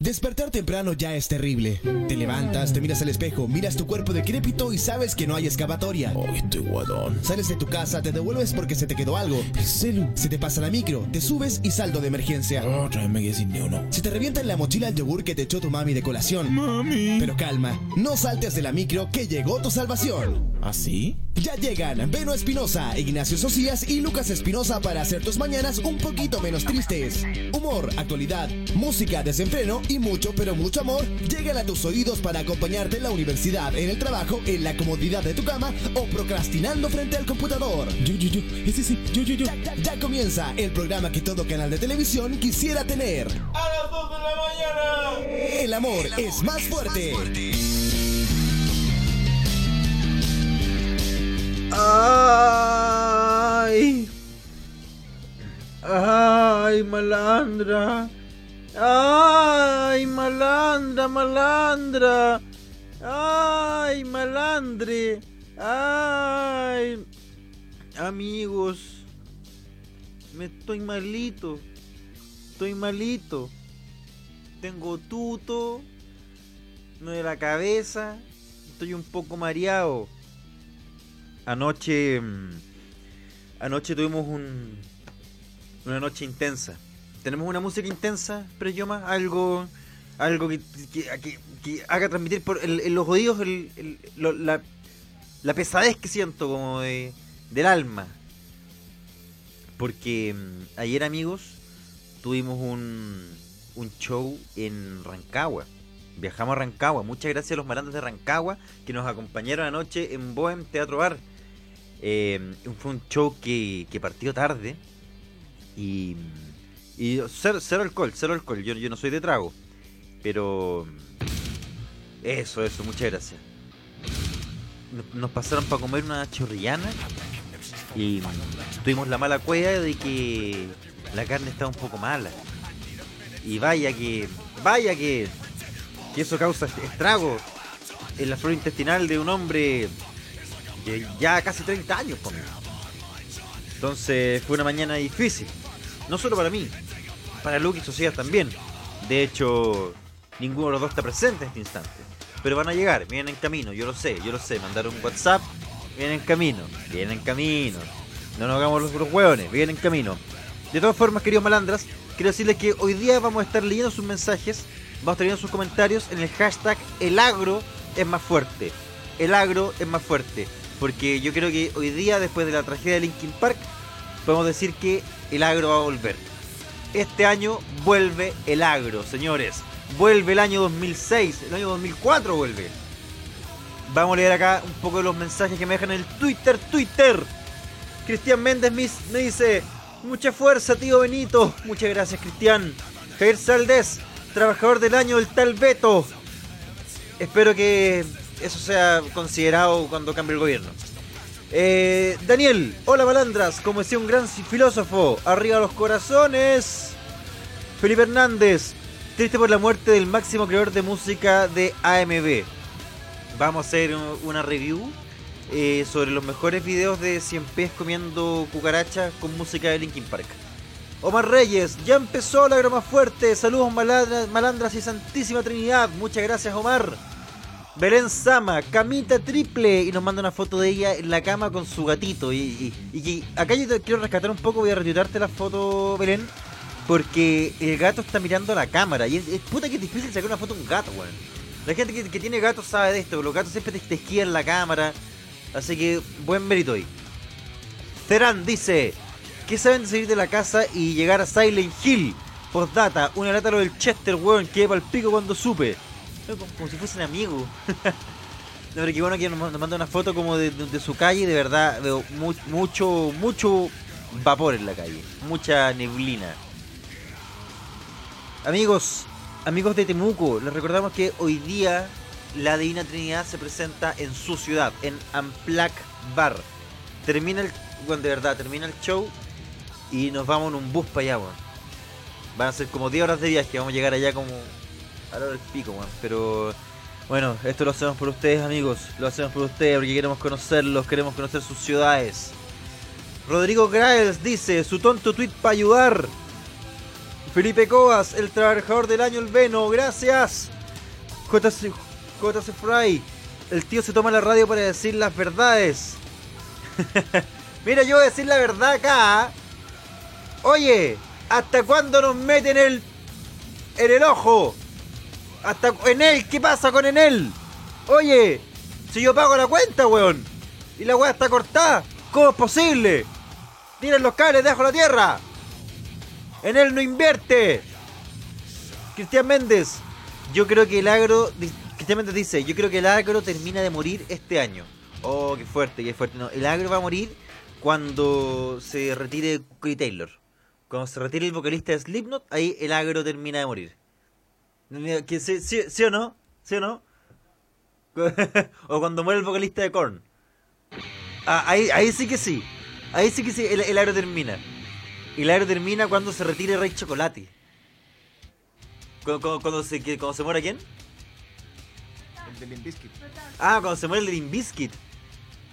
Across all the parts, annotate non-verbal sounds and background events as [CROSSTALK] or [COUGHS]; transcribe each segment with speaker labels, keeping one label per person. Speaker 1: Despertar temprano ya es terrible. Te levantas, te miras al espejo, miras tu cuerpo decrépito y sabes que no hay excavatoria.
Speaker 2: Ay, estoy guadón.
Speaker 1: Sales de tu casa, te devuelves porque se te quedó algo.
Speaker 2: El celu.
Speaker 1: Se te pasa la micro, te subes y saldo de emergencia.
Speaker 2: Ah, tráeme que sin ni uno.
Speaker 1: Se te revienta en la mochila el yogur que te echó tu mami de colación.
Speaker 2: Mami.
Speaker 1: Pero calma, no saltes de la micro que llegó tu salvación.
Speaker 2: ¿Ah, sí?
Speaker 1: Ya llegan Beno Espinosa, Ignacio Socias y Lucas Espinosa para hacer tus mañanas un poquito menos tristes. Humor, actualidad, música, desenfreno y mucho, pero mucho amor llegan a tus oídos para acompañarte en la universidad, en el trabajo, en la comodidad de tu cama o procrastinando frente al computador.
Speaker 2: Yo, yo, yo. Ese sí. Yo, yo, yo.
Speaker 1: Ya, ya- ya comienza el programa que todo canal de televisión quisiera tener.
Speaker 3: a las 2 de la mañana.
Speaker 1: El amor, es más fuerte.
Speaker 4: Ay. Ay, malandra. Ay, malandra, malandra. Ay, malandre. Ay. Amigos. Me estoy malito. Estoy malito. Tengo tuto. No de la cabeza. Estoy un poco mareado. Anoche. mm, Anoche tuvimos un. Una noche intensa. Tenemos una música intensa, pero yo más algo. Algo que, que- que- que haga transmitir por el- en los oídos el- el- lo- la, la pesadez que siento como de, del alma. Porque mm, ayer, amigos, tuvimos un, un show en Rancagua. Viajamos a Rancagua. Muchas gracias a los malandros de Rancagua que nos acompañaron anoche en Bohem Teatro Bar. Eh, fue un show que, que partió tarde y, y cero, cero alcohol, cero alcohol. Yo, yo no soy de trago, pero eso, eso, muchas gracias. Nos, nos pasaron para comer una chorrillana y tuvimos la mala cueva de que la carne estaba un poco mala. Y vaya que, vaya que, que eso causa estrago en la flora intestinal de un hombre de ya casi 30 años conmigo. Entonces fue una mañana difícil, no solo para mí, para Luke y Sociedad también. De hecho, ninguno de los dos está presente en este instante. Pero van a llegar, vienen en camino, yo lo sé, yo lo sé. Mandaron un WhatsApp, vienen en camino, vienen en camino. No nos hagamos los, los hueones, vienen en camino. De todas formas, queridos malandras, quiero decirles que hoy día vamos a estar leyendo sus mensajes, vamos a estar leyendo sus comentarios en el hashtag El Agro es más fuerte. El agro es más fuerte. Porque yo creo que hoy día, después de la tragedia de Linkin Park, podemos decir que el agro va a volver. Este año vuelve el agro, señores. Vuelve el año 2006, el año 2004 vuelve. Vamos a leer acá un poco de los mensajes que me dejan en el Twitter, Twitter. Cristian Méndez mis- me dice, mucha fuerza, tío Benito. Muchas gracias, Cristian. Javier Saldés, trabajador del año del tal Beto. Espero que eso sea considerado cuando cambie el gobierno. Eh, Daniel, hola balandras, como decía un gran filósofo, arriba los corazones. Felipe Hernández, triste por la muerte del máximo creador de música de AMB. Vamos a hacer un- una review eh, sobre los mejores videos de Cien Pies comiendo cucarachas con música de Linkin Park. Omar Reyes, ya empezó la grama fuerte. Saludos malandras, malandras y Santísima Trinidad. Muchas gracias, Omar. Belén Sama, camita triple. Y nos manda una foto de ella en la cama con su gatito. Y, y- y que- acá yo te quiero rescatar un poco, voy a retirarte la foto, Belén. Porque el gato está mirando a la cámara. Y es, es puta que es difícil sacar una foto de un gato, weón. La gente que, que tiene gatos sabe de esto. Los gatos siempre te, te esquían la cámara. Así que buen mérito ahí. Terán dice, ¿qué saben de salir de la casa y llegar a Silent Hill? Postdata, una lata lo del Chester, weón, quedé pa'l pico cuando supe. Fue Como, como si fuesen amigos. No, pero qué bueno que nos, nos manda una foto como de, de- de su calle, de verdad veo mu- mucho, mucho vapor en la calle, mucha neblina. Amigos, amigos de Temuco, les recordamos que hoy día la Divina Trinidad se presenta en su ciudad, en Amplac Bar. Termina el, bueno, de verdad, termina el show y nos vamos en un bus para allá, weón. Van a ser como 10 horas de viaje, vamos a llegar allá como a la hora del pico, weón. Pero bueno, esto lo hacemos por ustedes, amigos. Lo hacemos por ustedes porque queremos conocerlos, queremos conocer sus ciudades. Rodrigo Graels dice, su tonto tweet para ayudar. Felipe Coas, el trabajador del año, el Veno, gracias. JC, JC Fry, el tío se toma la radio para decir las verdades. [LAUGHS] Mira, yo voy a decir la verdad acá. ¿ah? Oye, ¿hasta cuándo nos meten el. en el ojo? ¿Hasta cu- en él? ¿Qué pasa con en él? Oye, si yo pago la cuenta, weón. Y la weá está cortada. ¿Cómo es posible? Tiren los cables debajo de la tierra. En él no invierte. Cristian Méndez. Yo creo que el agro. di- Cristian Méndez dice: Yo creo que el agro termina de morir este año. Oh, qué fuerte, qué fuerte. No, el agro va a morir cuando se retire Corey Taylor. Cuando se retire el vocalista de Slipknot, ahí el agro termina de morir. Que sí, sí- sí o no? ¿Sí o no? [LAUGHS] o cuando muere el vocalista de Korn. Ah, ahí, ahí sí que sí. Ahí sí que sí, el, el agro termina. Y el agro termina cuando se retire Rey Chocolate. ¿Cu- cu- cuando, se, que- cuando se muera quién?
Speaker 5: El de Limp Bizkit.
Speaker 4: Ah, cuando se muere el Limp Bizkit.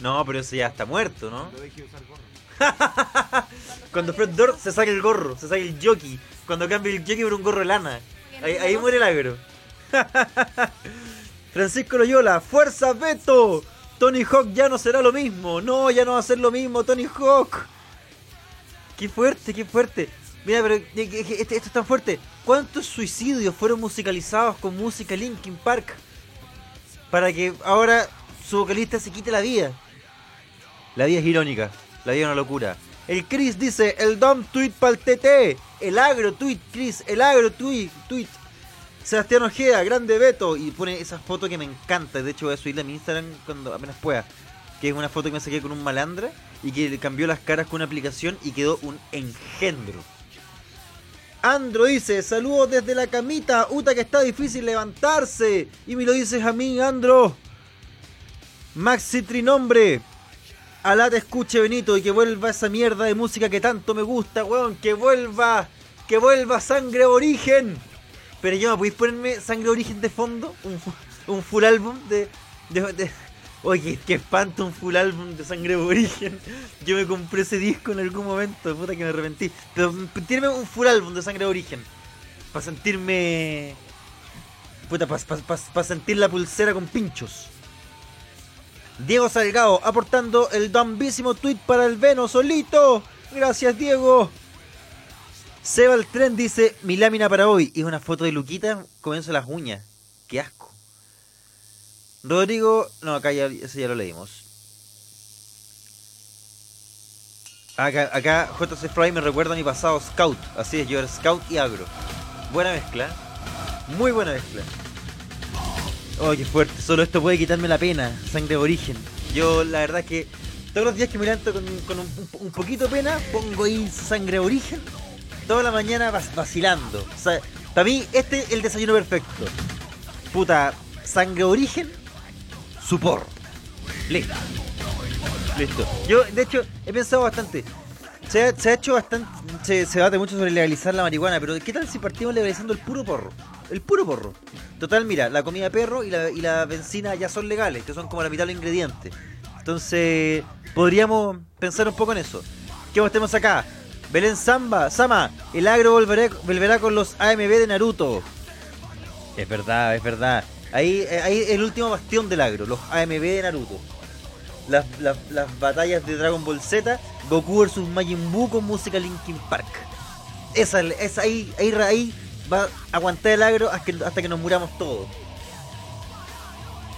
Speaker 4: No, pero ese ya está muerto, ¿no?
Speaker 5: Yo dejé de usar gorro.
Speaker 4: Cuando Fred Dorf se saca el gorro, se saca el jockey. Cuando cambia el jockey por un gorro de lana. Ahí, ahí muere el agro. [LAUGHS] Francisco Loyola, fuerza Beto. Tony Hawk ya no será lo mismo. No, ya no va a ser lo mismo, Tony Hawk. Qué fuerte, qué fuerte. Mira, pero eh, eh, eh, este- esto es tan fuerte. ¿Cuántos suicidios fueron musicalizados con música Linkin Park? Para que ahora su vocalista se quite la vida. La vida es irónica, la vida es una locura. El Chris dice, el Dom tweet pa'l TT, el agro tweet, Chris, el agro tweet, tweet. Sebastián Ojea, grande Beto, y pone esa foto que me encanta, de hecho voy a subirla a mi Instagram cuando apenas pueda, que es una foto que me saqué con un malandra y que le cambió las caras con una aplicación y quedó un engendro. Andro dice, saludos desde la camita, Uta que está difícil levantarse. Y me lo dices a mí, Andro. Maxi Trinombre, Alá te escuche Benito y que vuelva esa mierda de música que tanto me gusta, weón. Que vuelva, que vuelva sangre origen. Pero yo, ¿podéis ponerme sangre origen de fondo? Un, fu- un full álbum de... de, de- Oye, qué, qué espanto un full álbum de sangre origen. Yo me compré ese disco en algún momento, puta que me arrepentí. Pero tirme un full álbum de sangre origen. Para sentirme... Puta, para sentir la pulsera con pinchos. Diego Salgado aportando el dambísimo tweet para el Veno solito. Gracias, Diego. Seba el tren dice: Mi lámina para hoy. Y es una foto de Luquita comienzo las uñas. Qué asco. Rodrigo. No, acá ya, ese ya lo leímos. Acá, acá JC Fry me recuerda a mi pasado scout. Así es, yo era scout y agro. Buena mezcla. Muy buena mezcla. Oh, qué fuerte. Solo esto puede quitarme la pena. Sangre de origen. Yo, la verdad es que todos los días que me levanto con, con un, un- un poquito de pena, pongo ahí sangre de origen. Toda la mañana vas- vacilando. O sea, para mí, este es el desayuno perfecto. Puta, sangre de origen, supor. Listo. Listo. Yo, de hecho, he pensado bastante. Se ha, se ha hecho bastante. Se, se debate mucho sobre legalizar la marihuana, pero ¿qué tal si partimos legalizando el puro porro? El puro porro. Total, mira, la comida de perro y la, y la benzina ya son legales, que son como la mitad de los ingredientes. Entonces, podríamos pensar un poco en eso. ¿Qué más tenemos acá? Belén Samba, Sama, el agro volverá, volverá con los AMB de Naruto. Es verdad, es verdad. Ahí, eh, ahí es el último bastión del agro, los AMB de Naruto las, las- las batallas de Dragon Ball Z, Goku vs Majin Buu con música Linkin Park. Esa, esa ahí, ahí, ahí va a aguantar el agro hasta que, hasta que nos muramos todos.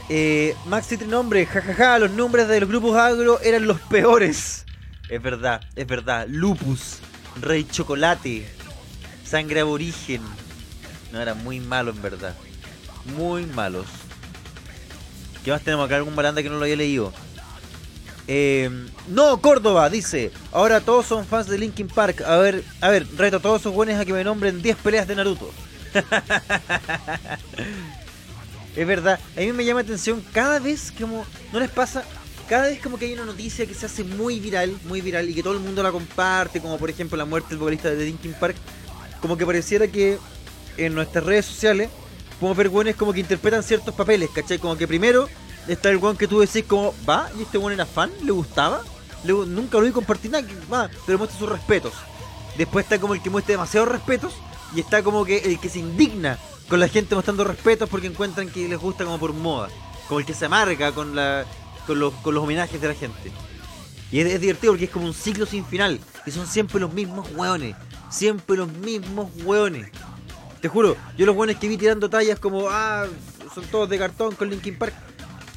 Speaker 4: Eh, Maxi Trinombre, jajaja, los nombres de los grupos agro eran los peores. Es verdad, es verdad. Lupus, Rey Chocolate, Sangre Aborigen. No, eran muy malos en verdad. Muy malos. ¿Qué más tenemos acá? ¿Algún baranda que no lo había leído? Eh, no, Córdoba, dice. Ahora todos son fans de Linkin Park. A ver, a ver, reto a todos esos buenos a que me nombren 10 peleas de Naruto. [LAUGHS] es verdad, a mí me llama atención cada vez que como. ¿No les pasa? Cada vez como que hay una noticia que se hace muy viral, muy viral, y que todo el mundo la comparte, como por ejemplo la muerte del vocalista de Linkin Park, como que pareciera que en nuestras redes sociales podemos ver weones como que interpretan ciertos papeles, ¿cachai? Como que primero está el weón que tú decís como, va, y este weón era fan, le gustaba, le gu- nunca lo vi compartir nada, que va, pero muestra sus respetos. Después está como el que muestra demasiados respetos, y está como que el que se indigna con la gente mostrando respetos porque encuentran que les gusta como por moda. Como el que se amarga con, la, con, los, con los homenajes de la gente. Y es, es divertido porque es como un ciclo sin final. Y son siempre los mismos hueones. Siempre los mismos hueones. Te juro, yo los hueones que vi tirando tallas como, ah, son todos de cartón con Linkin Park.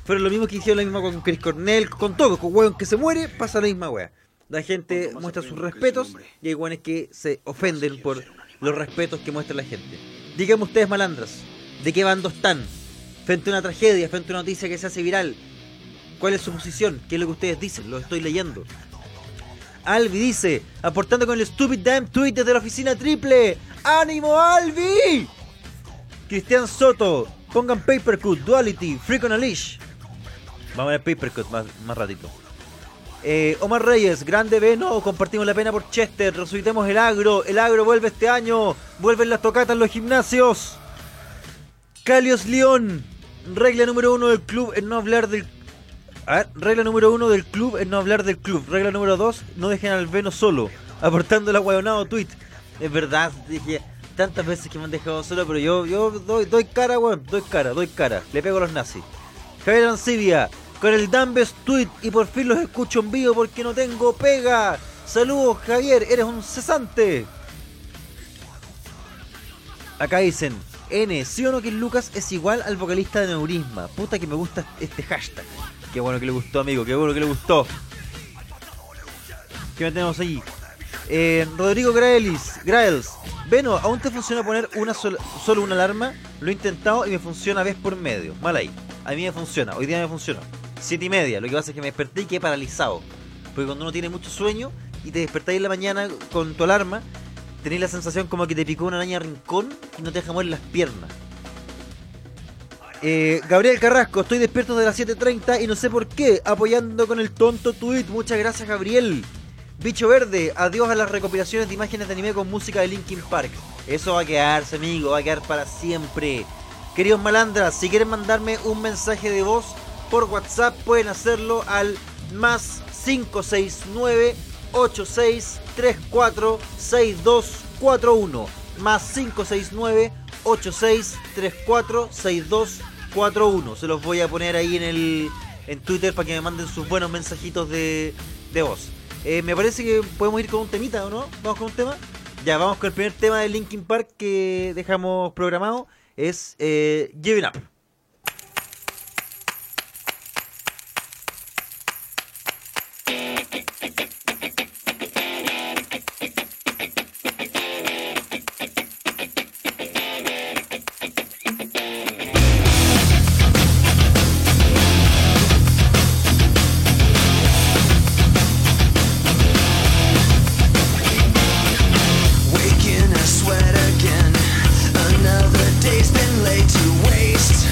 Speaker 4: Fueron lo mismo que hicieron lo mismo con Chris Cornell, con todo, con hueón que se muere, pasa la misma wea. La gente muestra sus respetos y hay hueones que se ofenden por los respetos que muestra la gente. Díganme ustedes, malandras, ¿de qué bando están? Frente a una tragedia, frente a una noticia que se hace viral, ¿Cuál es su posición? ¿Qué es lo que ustedes dicen? Lo estoy leyendo. Albi dice, aportando con el stupid damn tweet desde la oficina triple. ¡Ánimo, Albi! Cristian Soto, pongan Papercut, Duality, Freak on a Leash. Vamos a ver Papercut más, más ratito. Eh, Omar Reyes, grande Veno, compartimos la pena por Chester, resucitemos el agro, el agro vuelve este año, vuelven las tocatas, los gimnasios. Calios León, regla número uno del club es no hablar del a ver, regla número uno del club es no hablar del club. Regla número dos, no dejen al Veno solo. Aportando el aguadonado tweet. Es verdad, dije tantas veces que me han dejado solo, pero yo, yo doy, doy cara, weón. Doy cara, doy cara. Le pego a los nazis. Javier Ancibia, con el Dambes tweet y por fin los escucho en vivo porque no tengo pega. Saludos, Javier, eres un cesante. Acá dicen, N, ¿sí o no que Lucas es igual al vocalista de Neurisma? Puta que me gusta este hashtag. Qué bueno que le gustó, amigo, qué bueno que le gustó. ¿Qué más tenemos ahí? Eh, Rodrigo Graelis, Graels. Veno, ¿aún te funciona poner una sola, solo una alarma? Lo he intentado y me funciona vez por medio. Mal ahí. A mí me funciona, hoy día me funciona. Siete y media, lo que pasa es que me desperté y quedé paralizado. Porque cuando uno tiene mucho sueño y te despertáis en la mañana con tu alarma, tenés la sensación como que te picó una araña rincón y no te deja mover las piernas. Eh, Gabriel Carrasco, estoy despierto de las 7.30 y no sé por qué, apoyando con el tonto tweet. Muchas gracias, Gabriel. Bicho Verde, adiós a las recopilaciones de imágenes de anime con música de Linkin Park. Eso va a quedarse, amigo, va a quedar para siempre. Queridos malandras, si quieren mandarme un mensaje de voz por WhatsApp, pueden hacerlo al más 569 8634 6241 más 569 8634 6241 41. Se los voy a poner ahí en el en Twitter para que me manden sus buenos mensajitos de, de voz. Eh, me parece que podemos ir con un temita, ¿o no? ¿Vamos con un tema? Ya, vamos con el primer tema de Linkin Park que dejamos programado. Es eh, Giving Up.
Speaker 6: Waking, I sweat again. Another day's been laid to waste.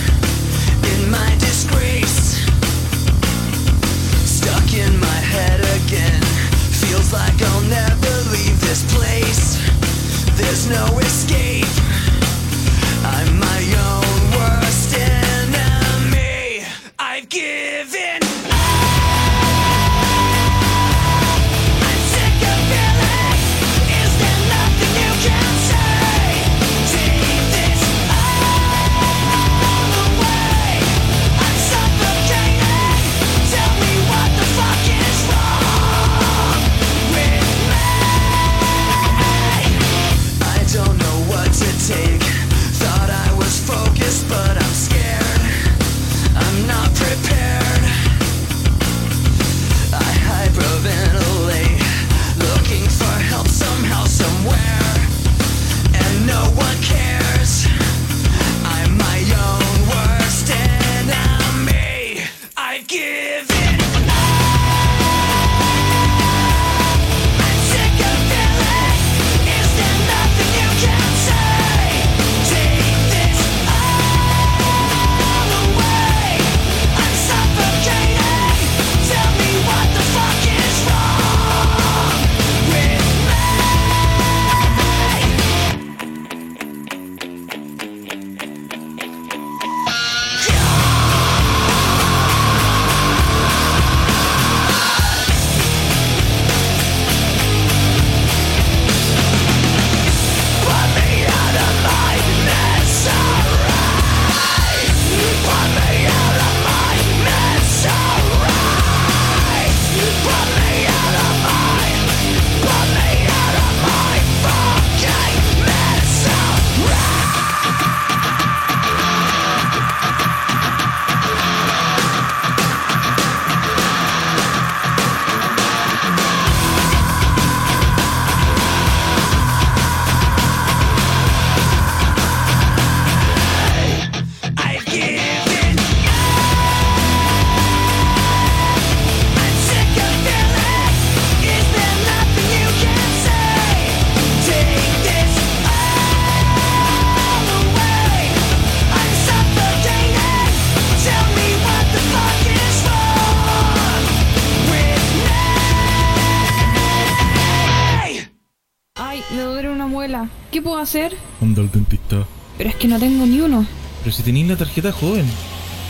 Speaker 6: ¿Qué puedo hacer?
Speaker 2: Anda al dentista.
Speaker 6: Pero es que no tengo ni uno.
Speaker 2: Pero si tenéis la tarjeta joven.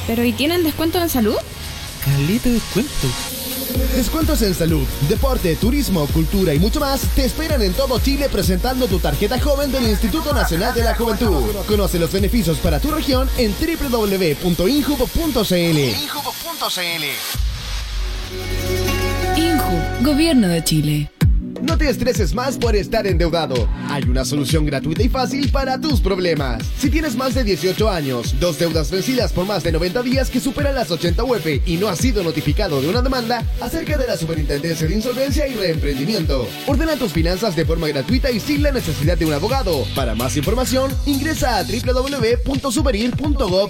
Speaker 6: ¿Pero y tienen descuento en salud?
Speaker 2: Caleta de descuento.
Speaker 1: Descuentos en salud, deporte, turismo, cultura y mucho más te esperan en todo Chile presentando tu tarjeta joven del Instituto Nacional de la Juventud. Conoce los beneficios para tu región en www.injubo.cl.
Speaker 7: INJU, Gobierno de Chile.
Speaker 1: No te estreses más por estar endeudado. Hay una solución gratuita y fácil para tus problemas. Si tienes más de 18 años, dos deudas vencidas por más de 90 días que superan las 80 UF E y no has sido notificado de una demanda, acerca de la Superintendencia de Insolvencia y Reemprendimiento. Ordena tus finanzas de forma gratuita y sin la necesidad de un abogado. Para más información, ingresa a www.superir.gov.cl.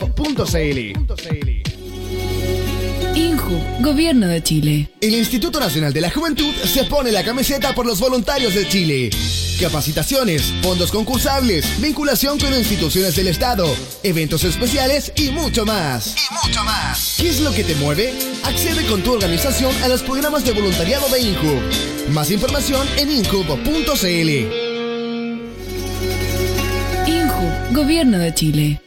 Speaker 7: INJU, Gobierno de Chile.
Speaker 1: El Instituto Nacional de la Juventud se pone la camiseta por los voluntarios de Chile. Capacitaciones, fondos concursables, vinculación con instituciones del Estado, eventos especiales y mucho más. Y mucho más. ¿Qué es lo que te mueve? Accede con tu organización a los programas de voluntariado de INJUB. Más información en injub.cl.
Speaker 7: INJU, Gobierno de Chile.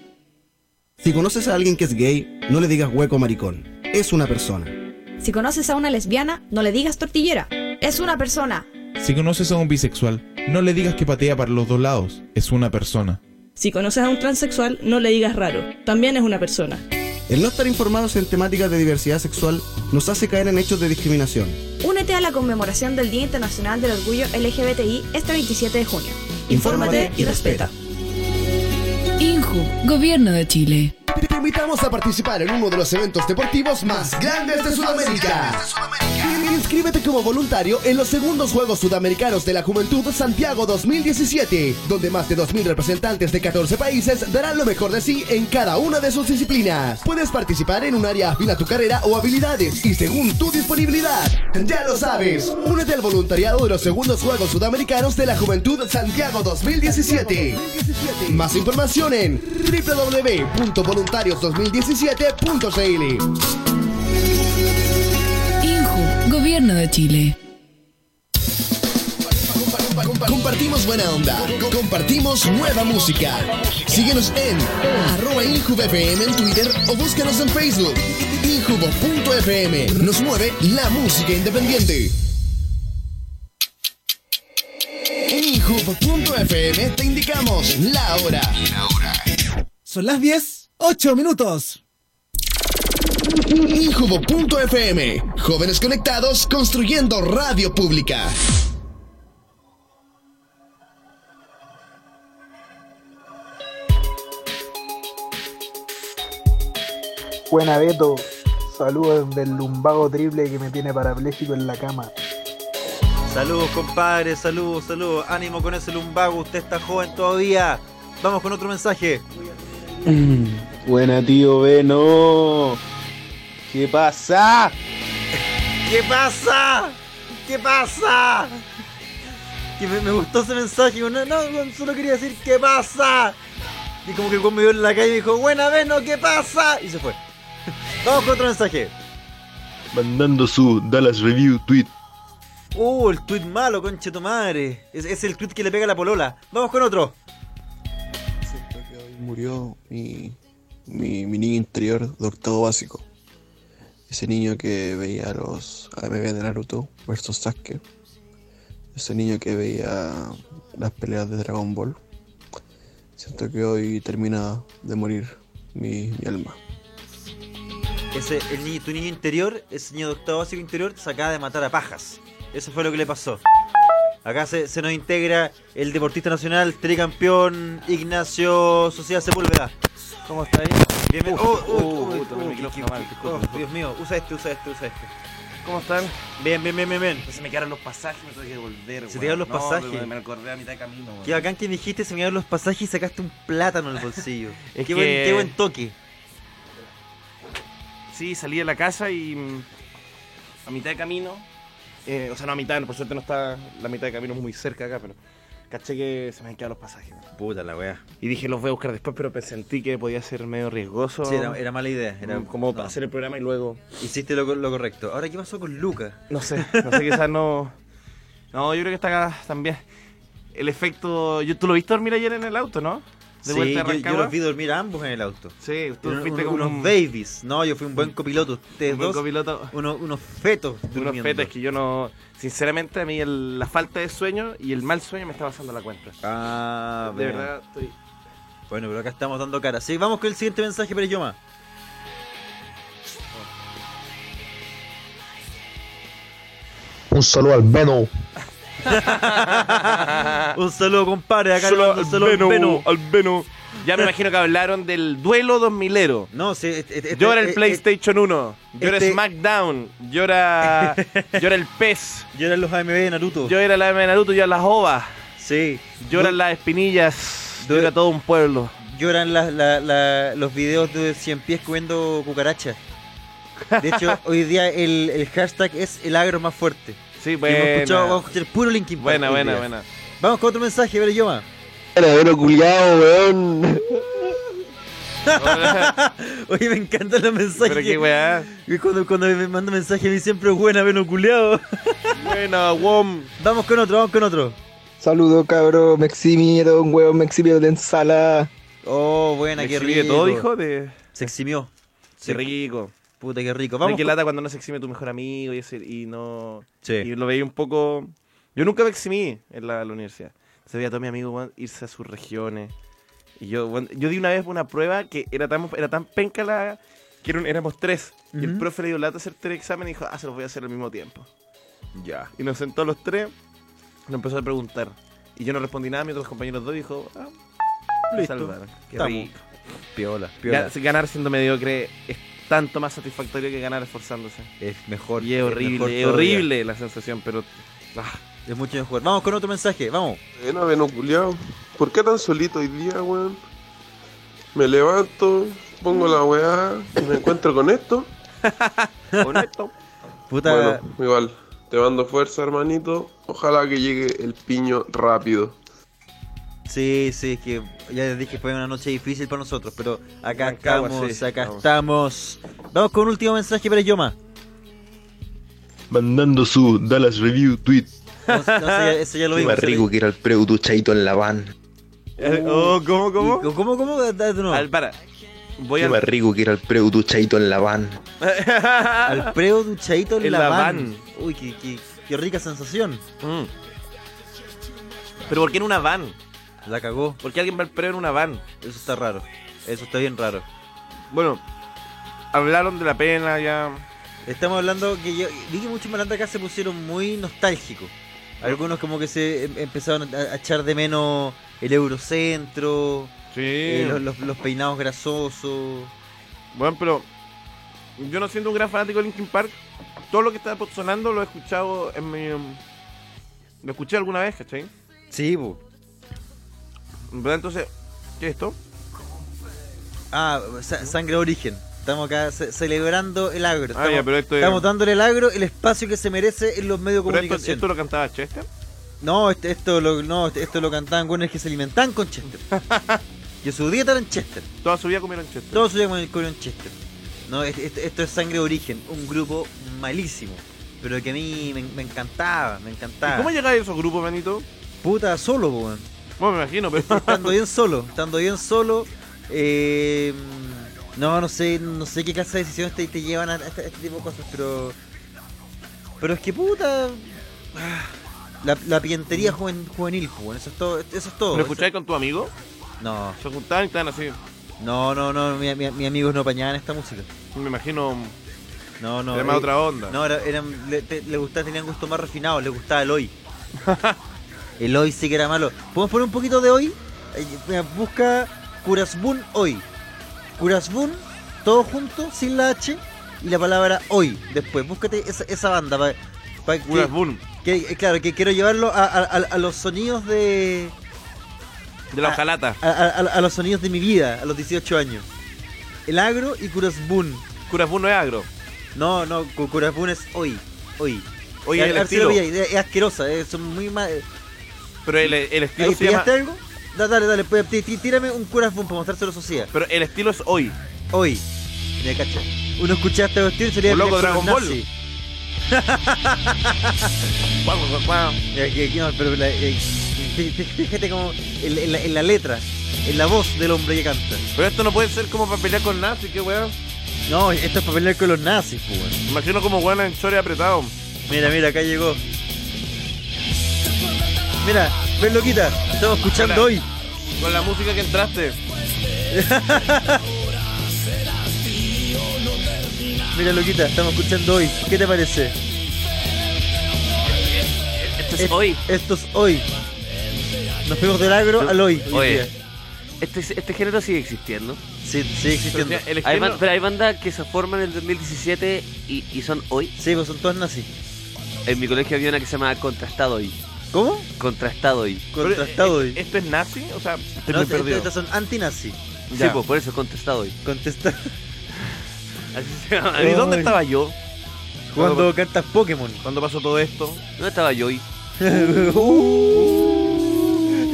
Speaker 8: Si conoces a alguien que es gay, no le digas hueco maricón. Es una persona.
Speaker 9: Si conoces a una lesbiana, no le digas tortillera. Es una persona.
Speaker 2: Si conoces a un bisexual, no le digas que patea para los dos lados. Es una persona.
Speaker 10: Si conoces a un transexual, no le digas raro. También es una persona.
Speaker 8: El no estar informados en temáticas de diversidad sexual nos hace caer en hechos de discriminación.
Speaker 9: Únete a la conmemoración del Día Internacional del Orgullo LGBTI este 27 de junio.
Speaker 8: Infórmate y respeta.
Speaker 7: INJU, Gobierno de Chile.
Speaker 1: Te invitamos a participar en uno de los eventos deportivos más grandes de Sudamérica. Inscríbete como voluntario en los segundos Juegos Sudamericanos de la Juventud Santiago 2017, donde más de 2.000 representantes de 14 países darán lo mejor de sí en cada una de sus disciplinas. Puedes participar en un área afín a tu carrera o habilidades y según tu disponibilidad. Ya lo sabes, únete al voluntariado de los segundos Juegos Sudamericanos de la Juventud Santiago 2017. Más información en www.voluntarios2017.cl.
Speaker 7: INJU, Gobierno de Chile.
Speaker 1: Compartimos buena onda. Compartimos nueva música. Síguenos en arroba InjubFM en Twitter o búscanos en Facebook. Injubo.fm nos mueve la música independiente. En Injubo.fm te indicamos la hora.
Speaker 11: Son las 10, 8 minutos.
Speaker 1: Injubo.fm Jóvenes conectados construyendo radio pública.
Speaker 12: Buena Beto, saludos del lumbago triple que me tiene parapléjico en la cama.
Speaker 4: Saludos, compadre, saludos, saludos. Ánimo con ese lumbago, usted está joven todavía. Vamos con otro mensaje.
Speaker 13: Mm. Buena tío Beno. ¿Qué pasa?
Speaker 4: ¿Qué pasa? ¿Qué pasa? Que me, me gustó ese mensaje. No, no, weón, solo quería decir ¿qué pasa? Y como que el weón me vio en la calle y dijo, buena Beno, ¿qué pasa? Y se fue. [LAUGHS] Vamos con otro mensaje.
Speaker 13: Mandando su Dallas Review tweet.
Speaker 4: Uh, el tweet malo, conche tu madre. Es, es el tweet que le pega la polola. Vamos con otro.
Speaker 14: Siento que hoy murió mi, mi, mi niño interior de octavo básico. Ese niño que veía los AMV de Naruto versus Sasuke. Ese niño que veía las peleas de Dragon Ball. Siento que hoy termina de morir mi, mi alma.
Speaker 4: Ese, el niño, tu niño interior, ese niño de octavo básico interior, se acaba de matar a pajas. Eso fue lo que le pasó. Acá se, se nos integra el deportista nacional, tricampeón Ignacio Sociedad Sepúlveda.
Speaker 15: ¿Cómo estáis?
Speaker 4: Bienvenido.
Speaker 15: Uf,
Speaker 4: Oh, oh,
Speaker 15: uh,
Speaker 4: oh,
Speaker 15: puta,
Speaker 4: oh,
Speaker 15: el
Speaker 4: oh,
Speaker 15: micrófono
Speaker 4: qué-
Speaker 15: mal,
Speaker 4: qué-
Speaker 15: disculpa,
Speaker 4: oh,
Speaker 15: disculpa.
Speaker 4: Dios mío, usa este, usa este, usa este.
Speaker 15: ¿Cómo están?
Speaker 4: Bien, bien, bien, bien, bien.
Speaker 15: Se me quedaron los pasajes, me tuve que devolver.
Speaker 4: Se te
Speaker 15: weón.
Speaker 4: quedaron los
Speaker 15: No,
Speaker 4: pasajes.
Speaker 15: Me, me acordé a mitad de camino, weón.
Speaker 4: Qué bacán que dijiste, se me dieron los pasajes y sacaste un plátano en el bolsillo.
Speaker 15: [LAUGHS] Es
Speaker 4: qué, buen,
Speaker 15: que-
Speaker 4: qué buen toque.
Speaker 15: Sí, salí de la casa y. mm, A mitad de camino. eh, o sea, no a mitad, por suerte no está. La mitad de camino es muy cerca acá, pero. Caché que se me han quedado los pasajes. weón.
Speaker 4: Puta la wea.
Speaker 15: Y dije, los voy a buscar después, pero sentí que podía ser medio riesgoso.
Speaker 4: Sí, era, era mala idea. Era,
Speaker 15: mm, como
Speaker 4: no,
Speaker 15: hacer el programa y luego.
Speaker 4: Hiciste lo, lo correcto. Ahora, [LAUGHS] ¿qué pasó con Lucas?
Speaker 15: No sé, no sé, quizás no. No, yo creo que está acá también. el efecto. Yo, ¿Tú lo viste dormir ayer en el auto, no? De
Speaker 4: Sí,
Speaker 15: vuelta a
Speaker 4: yo, yo
Speaker 15: Rancagua.
Speaker 4: los vi dormir a ambos en el auto.
Speaker 15: Sí, tú
Speaker 4: Uno-
Speaker 15: fuiste
Speaker 4: uno-
Speaker 15: como
Speaker 4: unos
Speaker 15: un- Mm.
Speaker 4: babies. No, yo fui un buen copiloto. Ustedes
Speaker 15: Un buen
Speaker 4: dos, uno- unos fetos.
Speaker 15: Unos
Speaker 4: durmiendo.
Speaker 15: fetos que yo no. Sinceramente, a mí el- la falta de sueño y el mal sueño me está pasando la cuenta.
Speaker 4: Ah,
Speaker 15: de
Speaker 4: bueno.
Speaker 15: verdad, estoy.
Speaker 4: Bueno, pero acá estamos dando cara. Sí, vamos con el siguiente mensaje, pero yo más.
Speaker 16: Un saludo al Veno.
Speaker 4: [LAUGHS] un saludo, compadre. Acá
Speaker 15: Solo
Speaker 4: le mando un saludo al Veno.
Speaker 15: al Veno. Ya me imagino que hablaron del duelo 2000ero.
Speaker 4: No, sí.
Speaker 15: yo era el
Speaker 4: eh,
Speaker 15: PlayStation 1. Yo
Speaker 4: este-
Speaker 15: era SmackDown. Yo era. yo era el PES.
Speaker 4: Yo era los AMB de Naruto.
Speaker 15: Yo era la AMB de Naruto. Yo era las OVA.
Speaker 4: Sí.
Speaker 15: Yo era las espinillas. Yo era todo un pueblo.
Speaker 4: Lloran las- la- la- los videos de Cien Pies comiendo cucarachas. De
Speaker 15: [LAUGHS]
Speaker 4: hecho, hoy día el, el hashtag es el agro más fuerte.
Speaker 15: Sí,
Speaker 4: Y hemos
Speaker 15: buena.
Speaker 4: escuchado, vamos a escuchar puro Linkin Park.
Speaker 15: Buena,
Speaker 4: hoy
Speaker 15: buena,
Speaker 4: día.
Speaker 15: buena.
Speaker 4: Vamos con otro mensaje, ver, Yoma.
Speaker 16: Verdadero culiao, weón.
Speaker 4: [LAUGHS] Oye, me encantan los mensajes.
Speaker 15: Pero qué weá.
Speaker 4: Y Cuando, cuando me manda mensaje a mí siempre es buena, ven culeado.
Speaker 15: buena, Wom.
Speaker 4: [LAUGHS] Vamos con otro, vamos con otro.
Speaker 12: Saludos, cabrón. Me eximieron, weón. Me eximieron de ensalada.
Speaker 4: Oh, buena,
Speaker 15: Me
Speaker 4: qué
Speaker 15: exhibí de
Speaker 4: rico.
Speaker 15: todo, hijo, de-
Speaker 4: Se eximió.
Speaker 15: Qué rico.
Speaker 4: Puta, qué rico.
Speaker 15: Vamos
Speaker 4: Vamos
Speaker 15: que
Speaker 4: con-
Speaker 15: lata cuando no se exime tu mejor amigo y, ese- y no.
Speaker 4: Sí.
Speaker 15: Y lo veía un poco. Yo nunca me eximí en la, la universidad. Se veía a todos mis amigos weón, irse a sus regiones. Y yo, weón, yo di una vez una prueba que era tan, era tan penca la. que eran- éramos tres. Y el
Speaker 4: Ujú.
Speaker 15: profe le dio lata hacer tres exámenes y dijo, ah, se los voy a hacer al mismo tiempo.
Speaker 4: Ya.
Speaker 15: Y nos sentó a los tres, nos empezó a preguntar. Y yo no respondí nada, mientras los compañeros dos dijo, ah, me
Speaker 4: Listo.
Speaker 15: salvaron. Qué
Speaker 4: Estamos.
Speaker 15: rico.
Speaker 4: Piola, piola.
Speaker 15: Ga- Ganar siendo mediocre es tanto más satisfactorio que ganar esforzándose.
Speaker 4: Es mejor.
Speaker 15: Y es
Speaker 4: es mejor
Speaker 15: horrible, es
Speaker 4: todavía.
Speaker 15: horrible la sensación, pero... ah.
Speaker 4: Es mucho mejor. Vamos con otro mensaje, vamos.
Speaker 17: Veno, veno culiao. ¿Por qué tan solito hoy día, weón? Me levanto, pongo la weá y me encuentro con esto.
Speaker 15: con esto.
Speaker 4: Puta.
Speaker 17: Bueno, igual, te mando fuerza, hermanito. Ojalá que llegue el piño rápido.
Speaker 4: Sí, sí, es que ya les dije que fue una noche difícil para nosotros, pero acá
Speaker 15: Rancagua,
Speaker 4: estamos,
Speaker 15: sí,
Speaker 4: acá
Speaker 15: vamos.
Speaker 4: estamos. Vamos con un último mensaje para Yoma.
Speaker 13: Mandando su Dallas Review tweet.
Speaker 4: Entonces, entonces ya- eso ya lo
Speaker 16: Qué
Speaker 4: vimos.
Speaker 16: más rico que era el preu duchadito en la van.
Speaker 15: Oh, ¿Cómo, cómo?
Speaker 4: ¿Cómo, cómo?
Speaker 15: Al, para. Voy
Speaker 16: Qué
Speaker 15: al...
Speaker 16: más
Speaker 15: [LAUGHS]
Speaker 16: rico que era el preu duchadito en la van.
Speaker 4: Al preo duchadito en,
Speaker 15: En
Speaker 4: la,
Speaker 15: la
Speaker 4: van.
Speaker 15: van.
Speaker 4: Uy, qué, qué- qué rica sensación.
Speaker 15: Mm. Pero ¿por qué en una van?
Speaker 4: La cagó.
Speaker 15: ¿Por qué alguien va al preo en una van?
Speaker 4: Eso está raro. Eso está bien raro.
Speaker 15: Bueno, hablaron de la pena ya.
Speaker 4: Estamos hablando que yo vi que muchos malandros acá se pusieron muy nostálgicos. Algunos como que se em- empezaron a, a echar de menos el Eurocentro,
Speaker 15: Sí.
Speaker 4: eh, los, los- los peinados grasosos.
Speaker 15: Bueno, pero yo no siendo un gran fanático de Linkin Park, todo lo que está sonando lo he escuchado en mi... um, Lo escuché alguna vez, ¿cachai?
Speaker 4: Sí, bu.
Speaker 15: ¿Verdad? Entonces, ¿qué es esto?
Speaker 4: Ah, sa- sangre de origen. Estamos acá ce- celebrando el agro.
Speaker 15: Ah,
Speaker 4: Estamos,
Speaker 15: ya, pero esto es-
Speaker 4: estamos dándole el agro el espacio que se merece en los medios de
Speaker 15: Pero esto,
Speaker 4: comunicación.
Speaker 15: esto lo cantaba Chester.
Speaker 4: No, este- esto, lo, no, este- esto lo cantaban güeyes que se alimentaban con
Speaker 15: [LAUGHS]
Speaker 4: Chester. que su dieta era en Chester.
Speaker 15: Toda su vida comieron Chester.
Speaker 4: Todos su vida comieron- comieron Chester. No, este- este- esto es Sangre de Origen, un grupo malísimo. Pero que a mí me, me encantaba, me encantaba.
Speaker 15: ¿Y cómo llegáis a esos grupos, Benito?
Speaker 4: Puta, solo, po, weón.
Speaker 15: Bueno, me imagino,
Speaker 4: [LAUGHS]
Speaker 15: pero.
Speaker 4: Estando bien solo, estando bien solo. eh, no, no sé, no sé qué clase de decisiones te, te llevan a, a este, a este tipo de cosas, pero. Pero es que puta. ah, La, la pientería juven- juvenil, po, weón. Eso es todo. Eso es todo.
Speaker 15: ¿Lo escucháis con tu amigo?
Speaker 4: No.
Speaker 15: Se juntaban y estaban así.
Speaker 4: No, no, no, mi- mi- mis amigos no apañaban esta música.
Speaker 15: Me imagino.
Speaker 4: No, no. eh,
Speaker 15: Era más otra onda.
Speaker 4: No, era- eran, le, te- le gustaba, tenían gusto más refinado, le gustaba el hoy. [LAUGHS] el hoy sí que era malo. ¿Podemos poner un poquito de hoy? Eh, mira, Busca Curasbun hoy. Curasbun, todo junto, sin la H, y la palabra hoy. Después, búscate esa, esa banda. Pa, pa que-
Speaker 15: Curasbun.
Speaker 4: Que, eh, claro, que quiero llevarlo a- a- a- a los sonidos de
Speaker 15: De
Speaker 4: Ah.
Speaker 15: la hojalata.
Speaker 4: a, a- a- a los sonidos de mi vida a los 18 años. El agro y Curasbun.
Speaker 15: Curasbun no es agro.
Speaker 4: No, no, cu- Curasbun es hoy. Hoy.
Speaker 15: Hoy es el
Speaker 4: a- a ver si lo
Speaker 15: estilo.
Speaker 4: pilláis, Es, es asquerosa, eh, son muy mal.
Speaker 15: Pero el, el estilo
Speaker 4: ¿Ahí
Speaker 15: se llama.
Speaker 4: pillaste algo? Da- dale, dale, pues, tí- tí- tírame un Curasbun para mostrárselo a la sociedad.
Speaker 15: Pero el estilo es hoy.
Speaker 4: Hoy. Me cacho. Uno escuchaba esta cuestión y salía
Speaker 15: Un loco
Speaker 4: con los
Speaker 15: Dragon Ball.
Speaker 4: nazis.
Speaker 15: Guau, guau, guau.
Speaker 4: Eh, que- que no, pero la- eh, fí- fí- Fíjate como en, en la, en la letra, en la voz del hombre que canta.
Speaker 15: Pero esto no puede ser como para pelear con nazis, qué weón.
Speaker 4: No, esto es para pelear con los nazis, pues. weón.
Speaker 15: Imagino como weón en chores apretado.
Speaker 4: Mira, mira, acá llegó. Mira, ven loquita, estamos escuchando hoy.
Speaker 15: Con la música que entraste.
Speaker 4: Mira loquita, estamos escuchando hoy. ¿Qué te parece?
Speaker 18: Esto
Speaker 4: Este es hoy. Esto es hoy. Nos fuimos del agro al hoy. hoy
Speaker 18: Oye,
Speaker 4: día.
Speaker 18: este, este género sigue existiendo.
Speaker 4: Sí, sigue existiendo.
Speaker 18: Pero,
Speaker 4: El
Speaker 18: hay
Speaker 4: género-
Speaker 18: ban- pero hay bandas que se forman en el 2017 y, y son hoy.
Speaker 4: Sí, pues son todas nazis.
Speaker 18: En mi colegio había una que se llamaba Contrastado hoy.
Speaker 4: ¿Cómo?
Speaker 18: Contrastado hoy.
Speaker 4: Contrastado hoy.
Speaker 15: e- ¿Esto es nazi? O sea,
Speaker 4: eh, No, este- estas son anti-nazi.
Speaker 18: Sí, pues por eso es Contrastado hoy.
Speaker 4: [LAUGHS] Contestado.
Speaker 15: ¿Y dónde estaba yo?
Speaker 4: Cuando cantas Pokémon.
Speaker 15: ¿Cuándo pasó todo esto?
Speaker 18: ¿Dónde estaba
Speaker 15: [LAUGHS]
Speaker 18: yo hoy?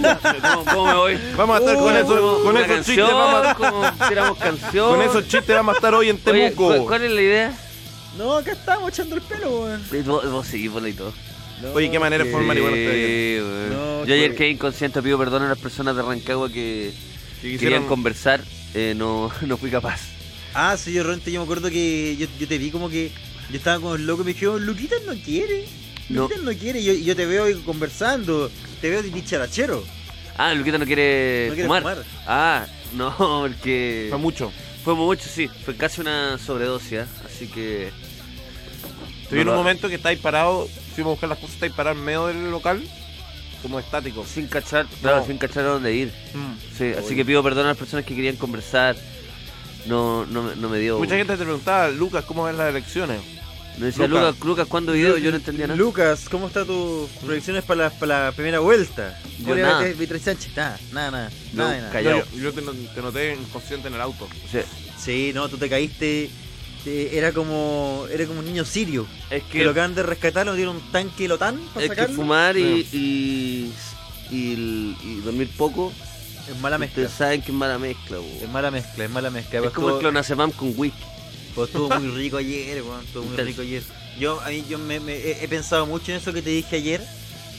Speaker 15: ¿Cómo, me voy? Vamos a estar con eso, Uh. con
Speaker 18: Uh, Una
Speaker 15: esos
Speaker 18: canción,
Speaker 15: chistes. Vamos a,
Speaker 18: como tiramos canción.
Speaker 15: Con esos chistes vamos a estar hoy en
Speaker 18: [LAUGHS] Oye,
Speaker 15: Temuco.
Speaker 18: ¿cu- ¿Cuál es la idea?
Speaker 4: No, acá estamos echando el pelo, weón.
Speaker 18: Eh, Vos, vos sí, ponla y todo.
Speaker 15: Oye, qué manera de formar igual
Speaker 18: Sí, weón.
Speaker 15: No,
Speaker 18: Yo ayer
Speaker 15: que-
Speaker 18: quedé inconsciente, pido perdón a las personas de Rancagua que querían
Speaker 4: quisieron-
Speaker 18: conversar, eh, no, [LAUGHS] no fui capaz.
Speaker 4: Ah, sí, yo realmente yo me acuerdo que yo, yo te vi como que yo estaba con el loco y me dijeron, Luquitas no quiere.
Speaker 18: No.
Speaker 4: Luquitas no, quiere. Y yo, y yo te veo ahí conversando. Te veo dicharachero.
Speaker 18: Ah, Luquita no quiere,
Speaker 4: No quiere
Speaker 18: fumar.
Speaker 4: fumar.
Speaker 18: Ah, no, porque...
Speaker 15: Fue mucho.
Speaker 18: Fue mucho, sí. Fue casi una sobredosis, ¿ah? así que...
Speaker 15: Estoy en
Speaker 18: No
Speaker 15: un
Speaker 18: lo-
Speaker 15: momento que estáis parados, fuimos a buscar las cosas, estáis parados en medio del local, como estático.
Speaker 18: Sin cachar, Claro, sin cachar a dónde ir.
Speaker 15: Mm.
Speaker 18: Sí, así que pido perdón a las personas que querían conversar. No, no, me- no me dio...
Speaker 15: Mucha gente te preguntaba, Lucas, ¿cómo ves las elecciones?
Speaker 18: Me decía, Lucas, Lucas, ¿cuándo video? Yo no entendía nada.
Speaker 4: Lucas, ¿cómo están tus proyecciones para la, para la primera vuelta?
Speaker 18: Yo
Speaker 4: Julio
Speaker 18: nada.
Speaker 4: Beatriz- Beatriz Sánchez, nada, nada, nada. nada, de nada.
Speaker 15: No, yo, yo te, no- te noté inconsciente en el auto.
Speaker 18: Sí.
Speaker 4: no, tú te caíste. te- era como era como un niño sirio.
Speaker 18: Es
Speaker 4: que lo acaban de rescatar, lo dieron un tanque de la OTAN para
Speaker 18: Es que
Speaker 4: sacarlo.
Speaker 18: fumar y, y, y- y dormir poco
Speaker 4: es mala
Speaker 18: mezcla. Ustedes saben que es mala mezcla,
Speaker 4: Es mala mezcla, es mala mezcla.
Speaker 18: Es
Speaker 4: Pues
Speaker 18: como el
Speaker 4: todo-
Speaker 18: clonazepam con whisky.
Speaker 4: Pues estuvo
Speaker 18: [LAUGHS]
Speaker 4: muy rico ayer, weón, estuvo muy
Speaker 18: Intenso.
Speaker 4: rico ayer. Yo, a mí, yo me, me- he, he pensado mucho en eso que te dije ayer,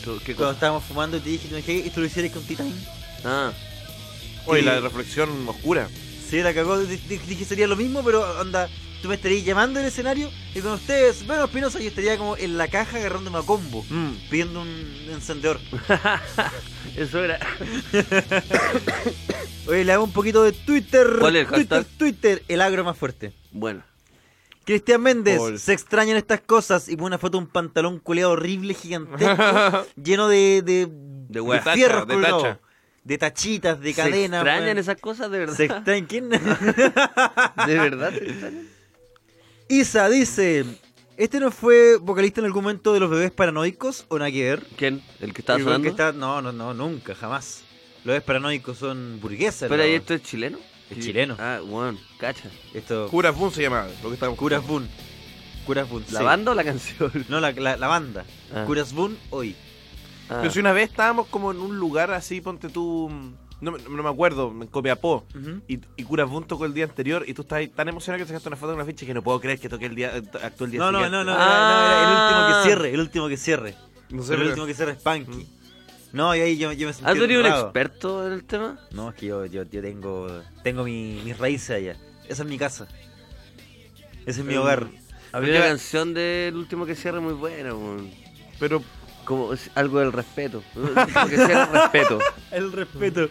Speaker 18: ¿Qué
Speaker 4: cuando
Speaker 18: cosa?
Speaker 4: estábamos fumando, y te dije, te dije, esto lo hicieras con Titan.
Speaker 18: Ah.
Speaker 15: Oye, la reflexión oscura.
Speaker 4: Sí, la cagó, di- di- dije sería lo mismo, pero onda, tú me estarías llamando en el escenario y con ustedes, bueno, Espinosa, yo estaría como en la caja agarrándome a combo,
Speaker 18: Mm.
Speaker 4: pidiendo un encendedor.
Speaker 18: Eso era. [LAUGHS]
Speaker 4: Oye, le hago un poquito de Twitter.
Speaker 18: ¿Cuál es el
Speaker 4: Twitter,
Speaker 18: hashtag?
Speaker 4: Twitter, el agro más fuerte.
Speaker 18: Bueno.
Speaker 4: Cristian Méndez,
Speaker 18: Gol.
Speaker 4: se extrañan estas cosas y pone una foto de un pantalón culeado horrible,
Speaker 18: [LAUGHS]
Speaker 4: gigantesco, lleno de, de,
Speaker 18: weá.
Speaker 4: de fierros
Speaker 18: Tacha, de
Speaker 4: colgados,
Speaker 18: tacha.
Speaker 4: de tachitas, de
Speaker 18: ¿Se
Speaker 4: cadena.
Speaker 18: extrañan
Speaker 4: weón.
Speaker 18: esas cosas, de verdad?
Speaker 4: ¿Se extrañan quién?
Speaker 18: [LAUGHS] ¿De verdad se extrañan?
Speaker 4: Isa dice, ¿este no fue vocalista en algún momento de los bebés paranoicos o nada que ver?
Speaker 18: ¿Quién? ¿El que estaba
Speaker 4: El weón
Speaker 18: sonando?
Speaker 4: que está- no, no, no, nunca, jamás. Los bebés paranoicos son burguesas.
Speaker 18: Pero
Speaker 4: ¿no?
Speaker 18: ahí esto es chileno.
Speaker 4: Es chileno.
Speaker 18: Ah, bueno, cacha.
Speaker 4: Esto...
Speaker 15: Curas Boom se llamaba,
Speaker 18: Ah.
Speaker 15: lo que estábamos
Speaker 4: Curas Boom. Curas Boom.
Speaker 18: ¿La
Speaker 4: sí.
Speaker 18: banda o
Speaker 4: [LAUGHS]
Speaker 18: la canción?
Speaker 4: No, la, la, la banda.
Speaker 18: Ah.
Speaker 4: Curas Boom hoy.
Speaker 15: Pero si una vez estábamos como en un lugar así, ponte tú. mm, No, me- no me acuerdo, en Copiapó.
Speaker 4: Ujú.
Speaker 15: Y, y Curas Boom tocó el día anterior. Y tú estás ahí tan emocionado que sacaste una foto de una ficha que no puedo creer que toqué el día. eh, Actuó el día
Speaker 4: No, no,
Speaker 15: siguiente.
Speaker 4: no, no, era- no, era
Speaker 15: Ah.
Speaker 4: el último que cierre, el último que cierre.
Speaker 15: No sé,
Speaker 4: Pero el
Speaker 15: pero- Mm.
Speaker 4: último que cierre es Punky. No, y ahí yo, yo me sentí
Speaker 18: ¿Has tenido un
Speaker 4: honrado.
Speaker 18: experto en el tema?
Speaker 4: No, es que yo, yo, yo tengo, tengo mi- mis raíces allá. Esa es mi casa. Ese es mi
Speaker 18: Mm.
Speaker 4: hogar.
Speaker 18: Había una canción del último que cierra muy buena, weón.
Speaker 15: Pero.
Speaker 18: Como es algo del respeto. [LAUGHS] El último que cierra el respeto.
Speaker 4: El respeto.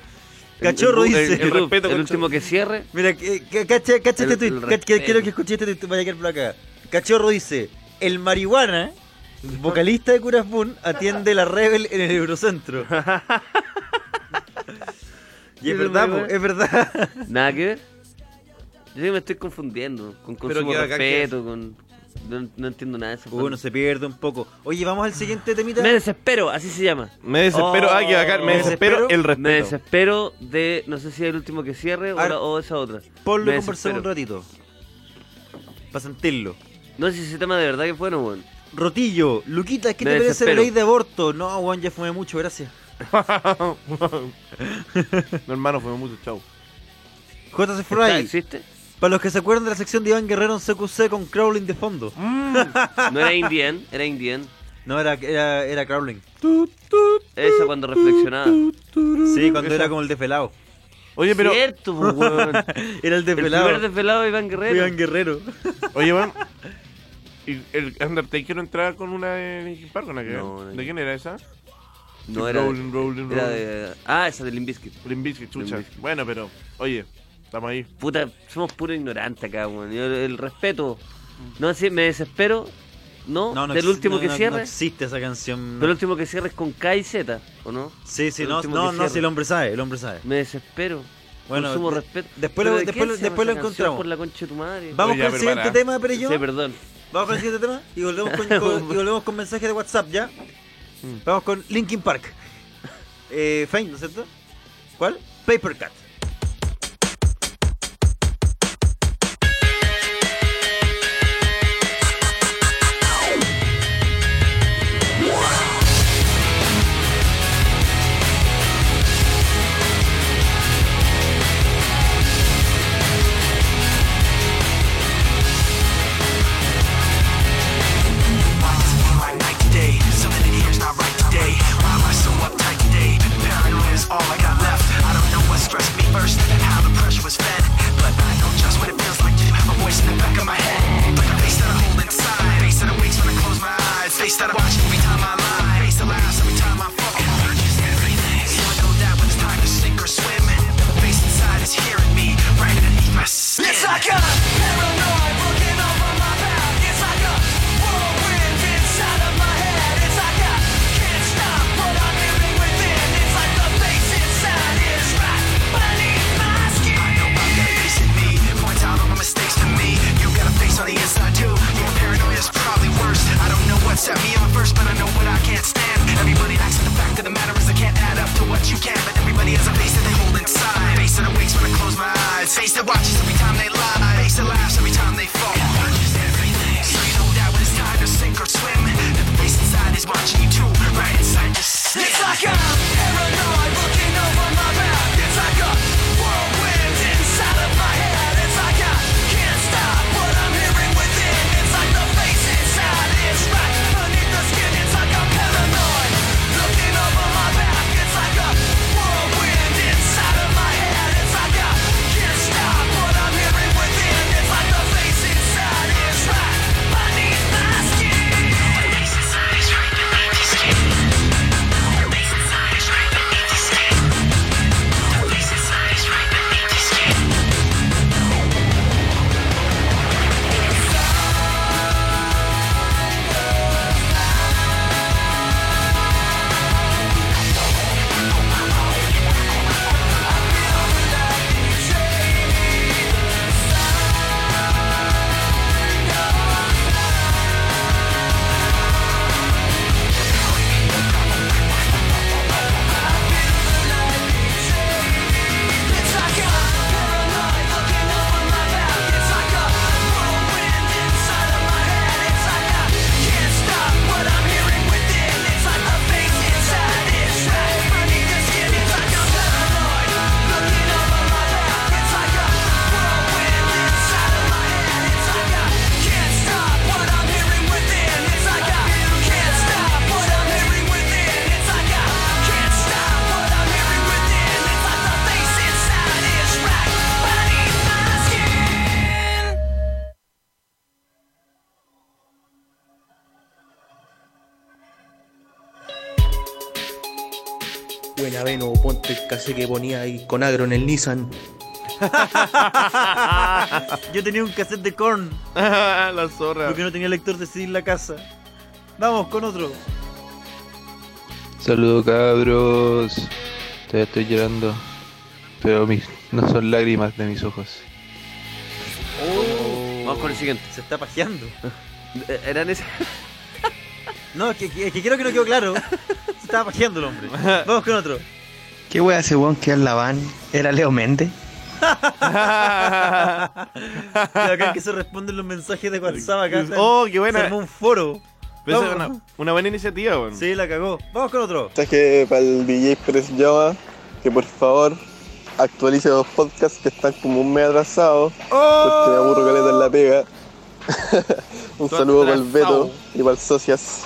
Speaker 4: Cachorro
Speaker 18: El- el-
Speaker 4: dice.
Speaker 18: El, el- el último que cierre.
Speaker 4: Mira, que- que- cacha, cacha
Speaker 18: El-
Speaker 4: este tweet.
Speaker 18: el
Speaker 4: ca- que-
Speaker 18: respeto.
Speaker 4: Quiero que escuché este tweet para llegar por acá. Cachorro dice: El marihuana, vocalista de Curas Boon, atiende la Rebel en el
Speaker 18: [LAUGHS]
Speaker 4: Eurocentro. y es verdad, po, es verdad.
Speaker 18: Nada que ver. Yo sí me estoy confundiendo con consumo
Speaker 4: queda acá que-
Speaker 18: respeto, con. No, no entiendo nada de eso.
Speaker 4: Uno se pierde un poco. Oye, vamos al siguiente temita.
Speaker 18: Me desespero, así se llama.
Speaker 15: Me desespero,
Speaker 18: Oh.
Speaker 15: ah, que bacán, me desespero el respeto.
Speaker 18: Me desespero de, no sé si el último que cierre o,
Speaker 4: Ar-
Speaker 18: la- o esa otra.
Speaker 4: Ponlo
Speaker 18: Me
Speaker 4: y conversamos un
Speaker 18: desespero.
Speaker 4: ratito. Para sentirlo.
Speaker 18: No sé si ese tema de verdad que es bueno, weón.
Speaker 4: Rotillo, Luquita, ¿qué
Speaker 18: Me
Speaker 4: te parece la
Speaker 18: desespero.
Speaker 4: ley de aborto? No, Juan, ya fumé mucho, gracias.
Speaker 15: No, hermano, fue mucho chau.
Speaker 4: JC
Speaker 18: ¿Está-
Speaker 4: Fry.
Speaker 18: ¿Existe?
Speaker 4: Para los que se acuerdan
Speaker 18: Mm.
Speaker 4: de la sección de Iván Guerrero en CQC con Crawling de fondo.
Speaker 18: No era Indian, era Indian.
Speaker 4: No, era, era, era Crawling.
Speaker 18: Esa cuando reflexionaba.
Speaker 4: Sí, cuando era como el desvelado.
Speaker 15: Oye, pero.
Speaker 18: Cierto, po, weón.
Speaker 4: Era el [LAUGHS] desvelado.
Speaker 18: El primer desvelado de Iván Guerrero.
Speaker 4: Iván Guerrero.
Speaker 15: Oye, weón. ¿y ¿El Undertaker entraba con una de Linkin Park o nada que ver?
Speaker 18: No, no.
Speaker 15: ¿De quién era esa?
Speaker 18: No
Speaker 15: Sí,
Speaker 18: era. de-
Speaker 15: Rolling, rolling,
Speaker 18: era
Speaker 15: rolling.
Speaker 18: de- ah, esa de Limbiskit.
Speaker 15: Limbiskit, chucha. Bueno, pero. Oye, estamos [LAUGHS] ahí.
Speaker 18: Puta, somos puro ignorante acá, weón. Yo- el respeto. No, sí, me desespero. No,
Speaker 4: No, no
Speaker 18: del
Speaker 4: ex-
Speaker 18: último
Speaker 4: no,
Speaker 18: que
Speaker 4: no-
Speaker 18: cierra.
Speaker 4: No existe esa canción.
Speaker 18: Pero el último que cierra es con K y Z, ¿o no?
Speaker 4: Sí, sí,
Speaker 18: El
Speaker 4: no,
Speaker 18: último
Speaker 4: no,
Speaker 18: que
Speaker 4: no,
Speaker 18: cierra.
Speaker 4: si el hombre sabe, el hombre sabe.
Speaker 18: Me desespero.
Speaker 4: Bueno,
Speaker 18: Con sumo
Speaker 4: de-
Speaker 18: respeto.
Speaker 4: después lo-
Speaker 18: Pero ¿de
Speaker 4: después lo-
Speaker 18: quién se llama
Speaker 4: después lo
Speaker 18: esa canción?
Speaker 4: encontramos.
Speaker 18: Por la concha de tu madre.
Speaker 4: Vamos con el siguiente tema, pero yo.
Speaker 18: Sí, perdón.
Speaker 4: Vamos con el siguiente tema y volvemos
Speaker 15: [LAUGHS]
Speaker 4: con, con- y volvemos con mensaje de WhatsApp ya.
Speaker 15: Mm.
Speaker 4: Vamos con Linkin Park. Eh, Fame, ¿no es cierto? ¿Cuál? Paper Cut.
Speaker 19: right night today. Something in here's not right today. Why am I so uptight today? Paranoia is all I got left. I don't know what stressed me first, how the pressure was fed. But I know just what it feels like to have a voice in the back of my head. Like a face that I hold inside. Face that awakes when I close my eyes. Face that I watch every time I lie. Face that laughs every time I fall. It lurches everything. So I know that when it's time to sink or swim, the face inside is hearing me right underneath my skin. It's like a paranoid working over my back. It's like a whirlwind inside of my head. It's like I can't stop what I'm living within. It's like the face inside is right beneath my skin. I know I've got a face in me. Points out all my mistakes to me. You got a face on the inside too. Your paranoia's probably worse. I don't know what set me on first, but I know what I can't stand. Everybody acts at the fact of the matter is I can't add up to what you can. But everybody has a face that they hold inside. Face that awakes when I close my eyes. Face that watches every time they lie. Face that laughs every time they fall. It lurches everything. So you know that when it's time to sink or swim, that the face inside is watching you too. Right inside your skin. It's like a paranoid looking over my back. It's like a whirlwind inside of my head. It's like I can't stop what I'm hearing within. It's like the face inside is right beneath the skin. It's like I'm paranoid looking over my back. It's like a whirlwind inside of my head. It's like I can't stop what I'm hearing within. It's like the face inside is right beneath my skin. The face inside is right beneath the skin. The face inside is right beneath the skin. The face inside is right beneath the skin. It's like a paranoid looking over my back. It's like a whirlwind inside of my head. It's like I can't stop what I'm hearing within. It's like the face inside is right beneath the skin. It's like a paranoid looking over my back. It's like a whirlwind inside of my head. It's like I can't stop what I'm hearing within. It's like I can't stop what I'm hearing within. It's like I can't stop what I'm hearing within. It's like the face inside is right beneath my skin.
Speaker 14: Buena Veno, ponte el cassette que ponía ahí con agro en el Nissan.
Speaker 4: Yo tenía un cassette de Korn.
Speaker 15: Ah. [LAUGHS] la zorra.
Speaker 4: Porque no tenía lector de CD en la casa. Vamos con otro.
Speaker 13: Saludos cabros. Todavía estoy llorando. Pero mis, no son lágrimas de mis ojos.
Speaker 18: Vamos con el siguiente. Eh,
Speaker 4: Se está pajeando.
Speaker 18: Eran esas.
Speaker 4: No, es que, es que creo que no quedó claro. Se estaba pajeando el
Speaker 15: [LAUGHS]
Speaker 4: hombre. Vamos con otro.
Speaker 20: ¿Qué wea ese weón que es la van? ¿Era Leo Méndez?
Speaker 4: Pero acá es que se responden los mensajes de WhatsApp acá. están-
Speaker 15: Oh, qué buena.
Speaker 4: Se armó un foro.
Speaker 15: Pero esa es
Speaker 4: Vamos.
Speaker 15: una, una buena iniciativa, weón.
Speaker 4: Sí, la cagó. Vamos con otro.
Speaker 21: mensaje para el DJ Press Java, que por favor actualice los podcasts que están como un mes atrasados, porque me aburro caleta en la pega. [LAUGHS] un
Speaker 15: Todo
Speaker 21: saludo para el
Speaker 15: atrasado.
Speaker 21: Beto y para el Socias.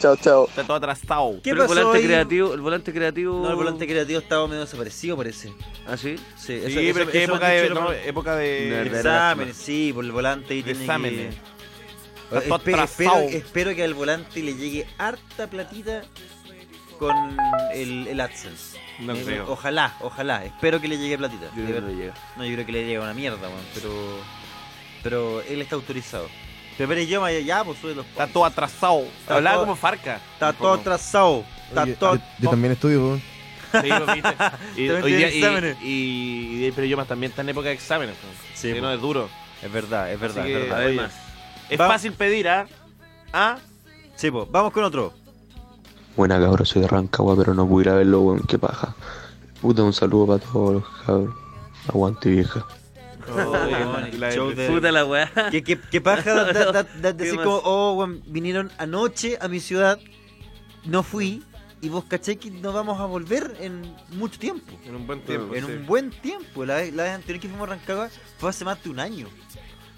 Speaker 21: Chao, chao.
Speaker 15: Está todo atrasado.
Speaker 4: Pero el volante creativo-
Speaker 18: el volante creativo.
Speaker 4: No, el volante creativo estaba medio desaparecido, parece.
Speaker 18: ¿Ah, sí?
Speaker 4: Sí,
Speaker 15: Sí, pero es que época
Speaker 4: me han
Speaker 15: de-
Speaker 4: dicho los-
Speaker 15: no, eh, época de-
Speaker 4: de
Speaker 15: de
Speaker 4: exámenes,
Speaker 15: lástima.
Speaker 4: sí, por el volante ahí
Speaker 15: De
Speaker 4: tiene
Speaker 15: exámenes.
Speaker 4: que.
Speaker 15: Está todo
Speaker 4: Espe- espero,
Speaker 15: atrasado.
Speaker 4: espero que al volante le llegue harta platita con el, el AdSense. Eh,
Speaker 15: No creo.
Speaker 4: Ojalá, ojalá. Espero que le llegue platita.
Speaker 15: Yo creo
Speaker 4: De
Speaker 15: que
Speaker 4: ver-
Speaker 15: no le llega.
Speaker 4: No, yo creo que le llega una mierda, weón, pero. Pero él está autorizado. Pero Pérez Yoma ya, ya, pues sube los Está
Speaker 15: todo atrasado. Hablaba como Farca.
Speaker 4: Está todo atrasado. Está
Speaker 3: Oye,
Speaker 4: todo.
Speaker 3: yo, yo también estudio, weón.
Speaker 15: Sí, pues, viste.
Speaker 4: [LAUGHS]
Speaker 15: Y,
Speaker 4: También
Speaker 15: hoy
Speaker 4: tiene
Speaker 15: día- y-
Speaker 4: exámenes.
Speaker 15: y- y de- pero yo más también está en época de exámenes. pues.
Speaker 4: Sí,
Speaker 15: Lleno
Speaker 4: pues.
Speaker 15: de duro.
Speaker 4: Es verdad, es verdad.
Speaker 15: Así
Speaker 4: es
Speaker 15: que,
Speaker 4: verdad.
Speaker 15: además,
Speaker 4: [LAUGHS]
Speaker 15: es fácil pedir, ¿ah? ¿Ah?
Speaker 4: Sí, pues, vamos con otro.
Speaker 13: Buena cabrón, soy de Rancagua, pero no pude ir a verlo, weón, qué paja. Puta, un saludo para todos los cabros. Aguante, vieja.
Speaker 15: [LAUGHS]
Speaker 4: Oh,
Speaker 15: la
Speaker 4: show de-
Speaker 18: Puta la weá.
Speaker 4: ¿Qué, qué, qué paja da- da- da- da-
Speaker 18: ¿Qué
Speaker 4: decir
Speaker 18: más?
Speaker 4: como, oh, weón, vinieron anoche a mi ciudad, no fui, y vos caché que no vamos a volver en mucho tiempo.
Speaker 15: En un buen
Speaker 4: En,
Speaker 15: tiempo. sí.
Speaker 4: un buen tiempo. La, vez- la vez anterior que fuimos a Rancagua fue hace más de un año.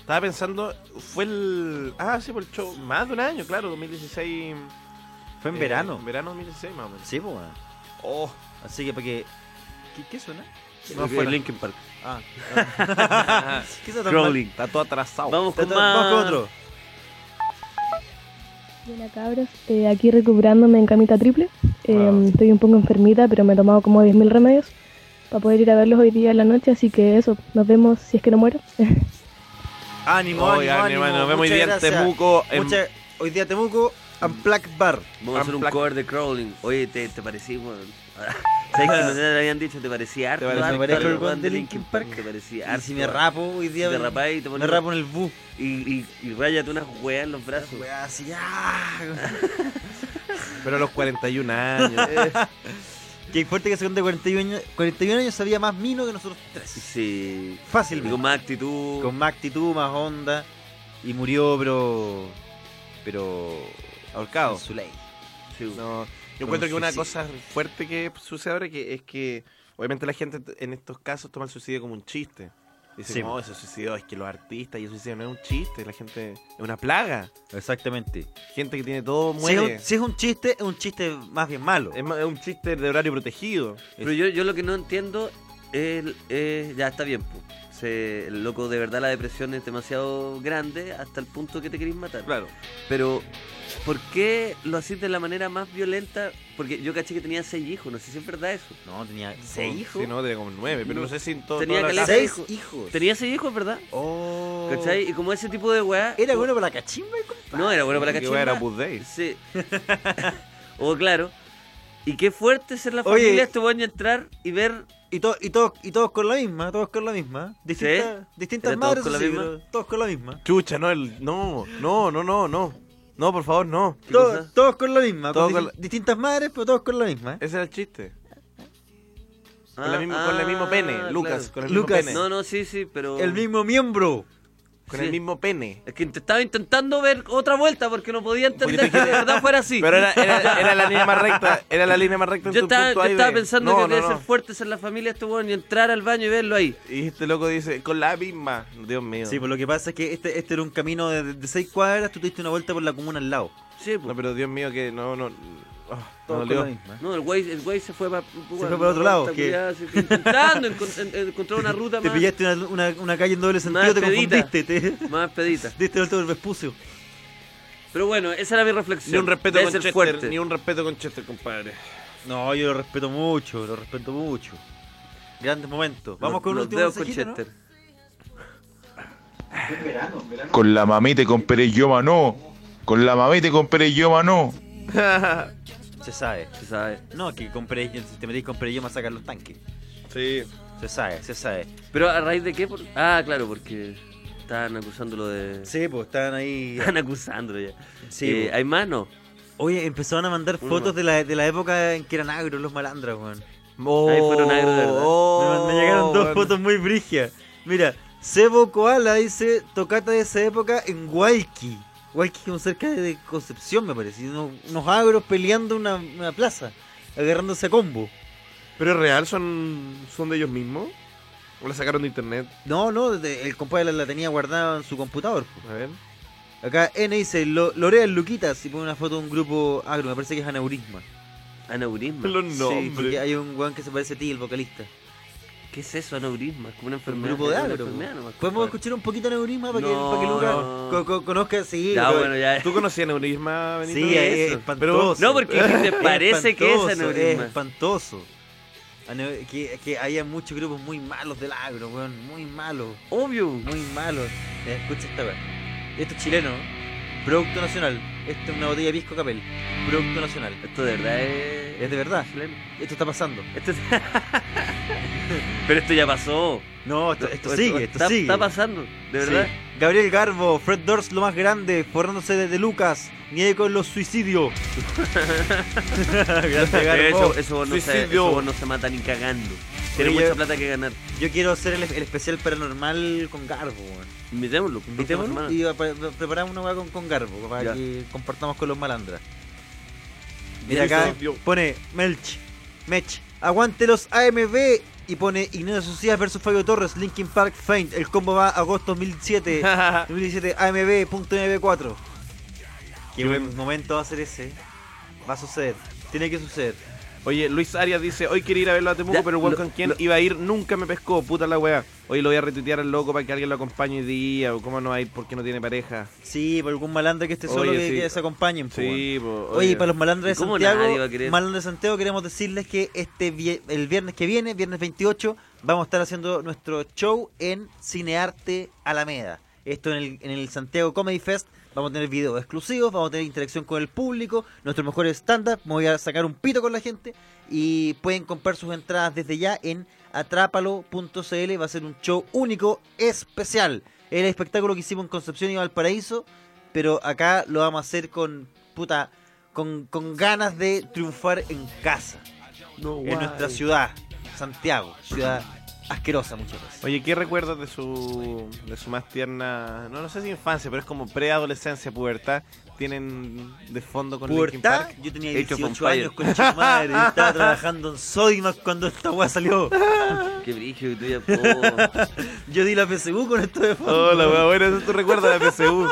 Speaker 15: Estaba pensando, fue el. Ah, sí, por el show. Más de un año, claro, 2016.
Speaker 4: Fue en
Speaker 15: eh,
Speaker 4: verano.
Speaker 15: En verano 2016, más o menos.
Speaker 4: Sí, pues, weón.
Speaker 15: Oh.
Speaker 4: Así que, para que. ¿Qué, qué suena?
Speaker 18: No, fue Linkin Park.
Speaker 4: Ah. ah. [LAUGHS] ¿Qué suena tan mal?
Speaker 18: Crawling.
Speaker 15: Está todo atrasado.
Speaker 18: Vamos
Speaker 4: Está
Speaker 18: con
Speaker 4: todo-
Speaker 18: más.
Speaker 4: vamos con otro.
Speaker 22: Hola cabros, Eh, aquí recuperándome en camita triple. Eh, Estoy un poco enfermita, pero me he tomado como 10.000 remedios para poder ir a verlos hoy día en la noche, así que eso, nos vemos si es que no muero.
Speaker 4: Ánimo, ánimo,
Speaker 15: Oh, ánimo,
Speaker 4: ánimo.
Speaker 15: hermano. Nos vemos hoy
Speaker 4: Muchas
Speaker 15: día en
Speaker 4: gracias.
Speaker 15: Temuco, en-
Speaker 4: Muchas- Hoy día Temuco, Amplac Bar.
Speaker 18: Vamos a hacer un
Speaker 4: Amplac-
Speaker 18: cover de Crawling. Oye, te, te parecí, weón. [LAUGHS] ¿Sabes que no te lo habían dicho? Te parecía harto.
Speaker 4: Ah. Te parece-
Speaker 18: harto,
Speaker 4: me parezco el
Speaker 18: harto,
Speaker 4: weón de
Speaker 18: harto,
Speaker 4: Linkin Park.
Speaker 18: Te parecía
Speaker 4: Y
Speaker 18: harto.
Speaker 4: si me rapo hoy día,
Speaker 18: Te
Speaker 4: me-
Speaker 18: rapás y te pones-
Speaker 4: me rapo en el bus.
Speaker 18: Y, y, y ráyate unas weas en los brazos.
Speaker 4: Weá, así, ah.
Speaker 15: Pero a los
Speaker 4: [LAUGHS]
Speaker 15: 41 años. eh.
Speaker 4: Qué fuerte que según de 41 años, 41 años sabía más mino que nosotros tres.
Speaker 18: Sí.
Speaker 4: Fácil.
Speaker 18: Con más actitud.
Speaker 4: Con más actitud, más onda. Y murió, pero. Pero.
Speaker 15: Ahorcado.
Speaker 4: en su ley.
Speaker 15: No, yo
Speaker 4: Con
Speaker 15: encuentro que una
Speaker 4: suicidio.
Speaker 15: cosa fuerte que sucede ahora que es que obviamente la gente en estos casos toma el suicidio como un chiste. Dice,
Speaker 4: Sí.
Speaker 15: no, ese suicidio es que los artistas y el suicidio no es un chiste, la gente es una plaga.
Speaker 4: Exactamente.
Speaker 15: Gente que tiene todo
Speaker 4: Si es,
Speaker 15: muere. Em,
Speaker 4: un, si es un chiste, es un chiste más bien malo.
Speaker 15: Es, ma- es un chiste de horario protegido.
Speaker 18: Pero yo, yo lo que no entiendo es, es- ya está bien, po. Se- el loco de verdad la depresión es demasiado grande hasta el punto que te querís matar.
Speaker 15: Claro.
Speaker 18: Pero ¿por qué lo haces de la manera más violenta? Porque yo caché que tenía seis hijos, no sé si es verdad eso.
Speaker 4: No, tenía seis hijos.
Speaker 15: Sí, no, tenía como nueve, pero no, sé si en todo
Speaker 18: tenía
Speaker 15: toda la
Speaker 18: caleta de
Speaker 15: casa-
Speaker 4: Seis hijos.
Speaker 18: Tenía seis hijos, ¿verdad?
Speaker 4: Oh.
Speaker 18: ¿Cachai? Y como ese tipo de weá.
Speaker 4: Era bueno para la cachimba,
Speaker 18: No, era bueno para la
Speaker 15: Que
Speaker 18: cachimba.
Speaker 15: era Opus Dei.
Speaker 18: Sí. [LAUGHS] o claro. Y qué fuerte ser la
Speaker 4: Oye.
Speaker 18: familia, este weón y entrar y ver.
Speaker 4: Y, to- y, todos, y todos con la misma, todos con la misma. Distintas, distintas
Speaker 15: ¿Era todos
Speaker 4: madres,
Speaker 15: con la
Speaker 4: sí,
Speaker 15: misma?
Speaker 4: pero todos con la misma.
Speaker 15: Chucha, no, el, no, no, no, no, no. No, por favor, no.
Speaker 4: Todos, todos con la misma.
Speaker 15: Todos
Speaker 4: con
Speaker 15: con
Speaker 4: disti- Distintas madres, pero todos con la misma.
Speaker 15: Ese era el chiste. Con,
Speaker 18: Ah,
Speaker 15: la misma- con el mismo pene, Lucas, con el
Speaker 4: Lucas.
Speaker 15: mismo pene.
Speaker 18: No, no, sí, sí, pero.
Speaker 4: El mismo miembro.
Speaker 15: Con el mismo pene.
Speaker 18: Es que te estaba intentando ver otra vuelta porque no podía entender que de verdad fuera así.
Speaker 15: Pero era, era- era la línea más
Speaker 18: [LAUGHS]
Speaker 15: recta, era la línea más recta entre
Speaker 18: Yo
Speaker 15: un
Speaker 18: estaba,
Speaker 15: punto
Speaker 18: yo
Speaker 15: A y
Speaker 18: estaba
Speaker 15: B.
Speaker 18: pensando
Speaker 15: No,
Speaker 18: que
Speaker 15: no,
Speaker 18: debe
Speaker 15: no.
Speaker 18: ser fuerte ser la familia este weón y entrar al baño y verlo ahí.
Speaker 15: Y este loco dice, con la misma. Dios mío.
Speaker 4: Sí, pues lo que pasa es que este, este era un camino de, de seis cuadras, tú te diste una vuelta por la comuna al lado.
Speaker 18: Sí, pues.
Speaker 15: No, pero Dios mío que no, no.
Speaker 4: Todo
Speaker 15: no
Speaker 4: con
Speaker 15: dolió.
Speaker 4: la misma.
Speaker 18: No, el güey, el güey se fue para
Speaker 4: fue para otro lado, que-
Speaker 18: Intentando encon- en- encontrar una ruta
Speaker 4: [LAUGHS] Te
Speaker 18: más,
Speaker 4: pillaste una, una- una calle en doble
Speaker 18: más
Speaker 4: sentido, te
Speaker 18: expedita.
Speaker 4: confundiste, te
Speaker 18: Más expedita.
Speaker 4: [LAUGHS] diste vuelta por el Vespucio.
Speaker 18: Pero bueno, esa era mi reflexión.
Speaker 15: Ni un respeto
Speaker 18: Debe
Speaker 15: con
Speaker 18: ser
Speaker 15: Chester,
Speaker 18: fuerte.
Speaker 15: ni un respeto con Chester, compadre.
Speaker 4: No, yo lo respeto mucho, lo respeto mucho. Grandes momentos. Vamos
Speaker 18: Los-
Speaker 4: con un
Speaker 18: los
Speaker 4: último
Speaker 18: dedos con
Speaker 4: mensajito, ¿no?
Speaker 18: Chester.
Speaker 23: Con la mamita y con Pérez Yoma no. Con la mamita y con Pérez Yoma no.
Speaker 4: Se sabe. Se
Speaker 18: sabe.
Speaker 4: No, que con Pere- si te metís con Pereyoma a sacar los tanques.
Speaker 15: Sí.
Speaker 4: Se sabe, se sabe.
Speaker 18: Pero a raíz de qué? Por- Ah, claro, porque estaban acusándolo de.
Speaker 4: Sí, pues estaban ahí.
Speaker 18: [LAUGHS] Están acusándolo ya.
Speaker 4: Sí,
Speaker 18: Eh,
Speaker 4: pues.
Speaker 18: ¿Hay más? No.
Speaker 4: [LAUGHS] Oye, empezaron a mandar
Speaker 18: Uno
Speaker 4: fotos
Speaker 18: más.
Speaker 4: de la, de la época en que eran agros los malandras, weón.
Speaker 18: Ahí fueron agros de verdad.
Speaker 4: Me- me, llegaron dos
Speaker 18: bueno.
Speaker 4: fotos muy brigias. Mira, Sebo Koala dice tocata de esa época en Hualqui. Hualqui como cerca de Concepción, me parece. y Unos, unos agros peleando una, una plaza, agarrándose a combo.
Speaker 15: ¿Pero es real? ¿Son, son de ellos mismos? ¿O la sacaron de internet?
Speaker 4: No, no, de- el compadre la, la tenía guardada en su computador. pues.
Speaker 15: A ver.
Speaker 4: Acá N dice, lo, Lorea el Luquitas y pone una foto de un grupo agro, me parece que es Aneurisma. oh.
Speaker 18: Aneurisma.
Speaker 4: Los
Speaker 18: nombres.
Speaker 4: hay un weón que se parece a ti, el vocalista.
Speaker 18: ¿Qué es eso, aneurisma? Es como una
Speaker 4: Un
Speaker 18: enfermedad.
Speaker 4: grupo de
Speaker 18: es una
Speaker 4: agro.
Speaker 18: enfermedad
Speaker 4: po.
Speaker 18: nomás,
Speaker 4: ¿Podemos
Speaker 18: compadre.
Speaker 4: escuchar un poquito de aneurisma para que,
Speaker 18: No,
Speaker 4: para que Lucas
Speaker 18: no.
Speaker 4: co- co- conozca? Sí,
Speaker 18: Ya,
Speaker 4: lo-
Speaker 18: bueno, ya.
Speaker 15: ¿Tú conocías aneurisma, Benito?
Speaker 4: Sí, es
Speaker 15: Eso.
Speaker 4: espantoso.
Speaker 15: Pero-
Speaker 18: No,
Speaker 4: [LAUGHS]
Speaker 18: porque dijiste, parece que es
Speaker 4: espantoso,
Speaker 18: aneurisma.
Speaker 4: Es espantoso. Ane- Que, que haya muchos grupos muy malos del agro, weón. Muy malos.
Speaker 18: Obvio.
Speaker 4: Muy malos. Eh, Escucha esta weón. Esto es chileno. ¿no? Producto nacional. Esto es una botella de pisco capel. Producto nacional.
Speaker 18: Esto de verdad es.
Speaker 4: Es de verdad. Esto está pasando.
Speaker 18: [LAUGHS] Pero esto ya pasó.
Speaker 4: No, esto, esto sigue, esto
Speaker 18: está,
Speaker 4: sigue.
Speaker 18: Está pasando, de
Speaker 4: Sí.
Speaker 18: verdad.
Speaker 4: Gabriel Garbo, Fred Dors lo más grande, forrándose desde Lucas, nieve con los [LAUGHS] suicidios. Grande Garbo.
Speaker 18: Eso, eso no se,
Speaker 4: Suicidio.
Speaker 18: eso no se mata ni cagando. Tiene
Speaker 4: Oye,
Speaker 18: mucha plata que ganar.
Speaker 4: Yo quiero hacer el, el especial paranormal con Garbo. weón.
Speaker 18: Invitémoslo. próxima
Speaker 4: Invitémoslo
Speaker 18: semana.
Speaker 4: y va- pre- pre- preparamos una weá con, con Garbo para
Speaker 18: Ya.
Speaker 4: que compartamos con los malandras. Mira
Speaker 18: Listo.
Speaker 4: acá, pone Melch, Mech, aguante los AMB y pone Ignacio Socias versus Fabio Torres, Linkin Park Faint. El combo va a agosto
Speaker 15: [LAUGHS]
Speaker 4: 2007,
Speaker 18: [LAUGHS]
Speaker 4: 2017 AMB.9b4. Qué buen momento va a ser ese. Va a suceder, tiene que suceder.
Speaker 15: Oye, Luis Arias dice, hoy quiere ir a verlo a Temuco,
Speaker 4: Ya,
Speaker 15: pero el weón
Speaker 4: lo-
Speaker 15: con quien
Speaker 4: lo-
Speaker 15: iba a ir nunca me pescó, puta la weá. Hoy lo voy a retuitear al loco para que alguien lo acompañe hoy día, o cómo no va a ir porque no tiene pareja.
Speaker 4: Sí, por algún malandro que esté solo que, que se acompañen. po,
Speaker 15: Sí,
Speaker 4: weón.
Speaker 15: po,
Speaker 4: oye,
Speaker 15: oye.
Speaker 4: para los malandros
Speaker 15: ¿Y
Speaker 4: de
Speaker 15: cómo
Speaker 4: Santiago,
Speaker 15: nadie va a querer?
Speaker 4: malandros de Santiago queremos decirles que este vie- el viernes que viene, viernes 28, vamos a estar haciendo nuestro show en Cinearte Alameda. Esto en el, en el Santiago Comedy Fest. Vamos a tener videos exclusivos, vamos a tener interacción con el público, nuestros mejores stand-up, me voy a sacar un pito con la gente y pueden comprar sus entradas desde ya en atrápalo.cl. Va a ser un show único, especial. El espectáculo que hicimos en Concepción y Valparaíso, pero acá lo vamos a hacer con puta, con, con ganas de triunfar en casa, en nuestra ciudad, Santiago, ciudad asquerosa muchas veces.
Speaker 15: Oye, ¿qué recuerdas de su, de su más tierna, no, no sé si infancia, pero es como preadolescencia, pubertad, tienen de fondo con Linkin
Speaker 4: Pubertad,
Speaker 15: Park?
Speaker 4: yo tenía
Speaker 15: Hecho
Speaker 4: 18
Speaker 15: Fire.
Speaker 4: años con madre,
Speaker 18: [LAUGHS]
Speaker 4: estaba trabajando en Sodimac cuando esta weá salió.
Speaker 18: Qué brillo que
Speaker 4: [LAUGHS]
Speaker 18: tú ya po.
Speaker 4: Yo di la PSU con esto de fondo.
Speaker 15: Hola, weón, Oh, bueno, eso tú recuerdas
Speaker 4: [LAUGHS]
Speaker 15: la PSU.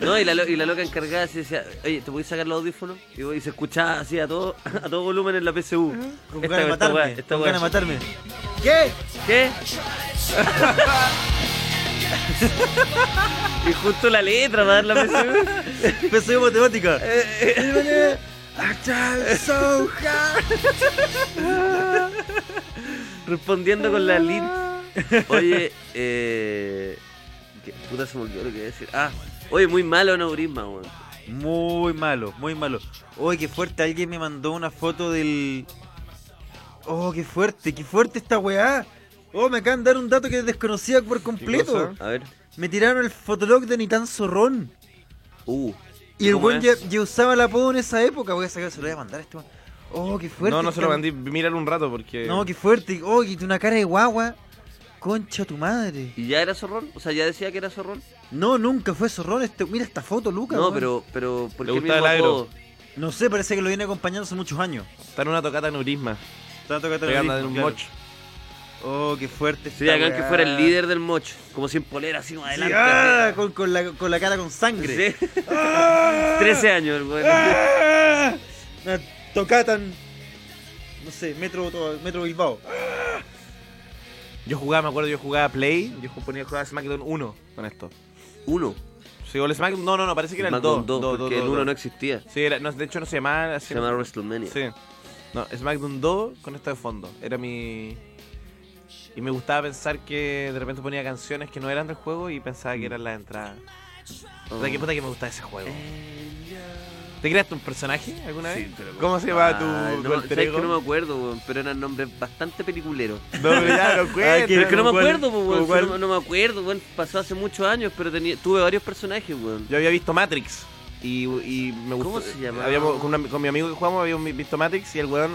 Speaker 18: No, y la, lo- y la loca encargada se decía, oye, ¿te podés sacar los audífonos? Y, voy- y se escuchaba así a todo, [LAUGHS] a todo volumen en la PSU.
Speaker 4: Con ganas de matarme,
Speaker 18: weá, esta
Speaker 4: con
Speaker 18: weá.
Speaker 4: ganas de matarme. ¿Qué? [LAUGHS]
Speaker 18: ¿Qué? y justo la letra para dar la
Speaker 4: [LAUGHS]
Speaker 18: PSU.
Speaker 4: PSU matemática.
Speaker 18: Eh, [LAUGHS]
Speaker 4: [LAUGHS]
Speaker 18: Respondiendo con la lead.
Speaker 4: [LAUGHS]
Speaker 18: Oye, eh. ¿Qué puta se me olvidó lo que iba a decir? Ah, oye, muy malo aneurisma, weón.
Speaker 4: Muy malo, muy malo. Oye, qué fuerte, alguien me mandó una foto del... Oh, qué fuerte, qué fuerte esta weá. Oh, me acaban de dar un dato que desconocía por completo.
Speaker 18: cosa? A ver.
Speaker 4: Me tiraron el fotolog de Nitán Zorrón.
Speaker 18: Uh.
Speaker 4: Y el
Speaker 15: ¿Cómo
Speaker 4: weón ya,
Speaker 15: es?
Speaker 4: ya usaba el apodo en esa época. Voy a sacar, se lo voy a mandar a este weón. Oh, qué fuerte.
Speaker 15: No, no se lo
Speaker 4: esta-
Speaker 15: mandé, míralo un rato porque...
Speaker 4: No, qué fuerte. Oh, y una cara de guagua. Concha tu madre.
Speaker 18: ¿Y ya era zorrón? O sea, ya decía que era zorrón.
Speaker 4: No, nunca fue Zorrón. Este... Mira esta foto, Lucas.
Speaker 18: No,
Speaker 4: weón.
Speaker 18: pero, pero ¿por
Speaker 15: Le
Speaker 18: qué el
Speaker 15: gustaba
Speaker 18: mismo
Speaker 15: el agro.
Speaker 18: apodo?
Speaker 4: No sé, parece que lo viene acompañando hace muchos años.
Speaker 15: Está en una tocata aneurisma.
Speaker 4: Está tocando
Speaker 15: Pegando en un mocho.
Speaker 4: Oh, qué fuerte. esta
Speaker 18: Sería bacán que
Speaker 4: weá.
Speaker 18: fuera el líder del mocho, como sin polera, así como
Speaker 4: Sí,
Speaker 18: adelante.
Speaker 4: ah, con, con la, con la cara con sangre.
Speaker 18: Sí. [LAUGHS] 13 años, el weón.
Speaker 4: Ah, una tocatan. No sé, metro, metro Bilbao.
Speaker 15: Yo jugaba, me acuerdo, yo jugaba Play, yo ju- ponía jugaba SmackDown 1 con esto.
Speaker 18: Uno.
Speaker 15: Sí, o el SmackDown, no, no, no, parece que era el 2.
Speaker 18: SmackDown 2, porque el 1 no existía.
Speaker 15: Sí, era, no, de hecho no se llamaba así.
Speaker 18: Se llamaba WrestleMania.
Speaker 15: Sí. No, SmackDown 2 con esto de fondo. Era mi... Y me gustaba pensar que de repente ponía canciones que no eran del juego y pensaba que eran las entradas. O
Speaker 18: Oh.
Speaker 15: sea, qué puta que me gustaba ese juego.
Speaker 18: Eh.
Speaker 15: ¿Te creaste un personaje alguna vez? ¿Cómo se llama tu
Speaker 18: Ah,
Speaker 15: tu
Speaker 18: no,
Speaker 15: alter
Speaker 18: sabes
Speaker 15: ego?
Speaker 18: que no me acuerdo, weón, pero eran nombres bastante peliculeros.
Speaker 15: No, pero ya, no cuenta,
Speaker 18: Pero Ah, es que no me
Speaker 15: ¿como cuál?
Speaker 18: acuerdo, po,
Speaker 15: ¿como
Speaker 18: weón.
Speaker 15: cuál?
Speaker 18: No, no me acuerdo, weón. Pasó hace muchos años, pero tenía, tuve varios personajes, weón.
Speaker 15: Yo había visto Matrix y, y me gustó.
Speaker 18: ¿Cómo se llamaba?
Speaker 15: habíamos- con, una- con mi amigo que jugamos habíamos visto Matrix y el weón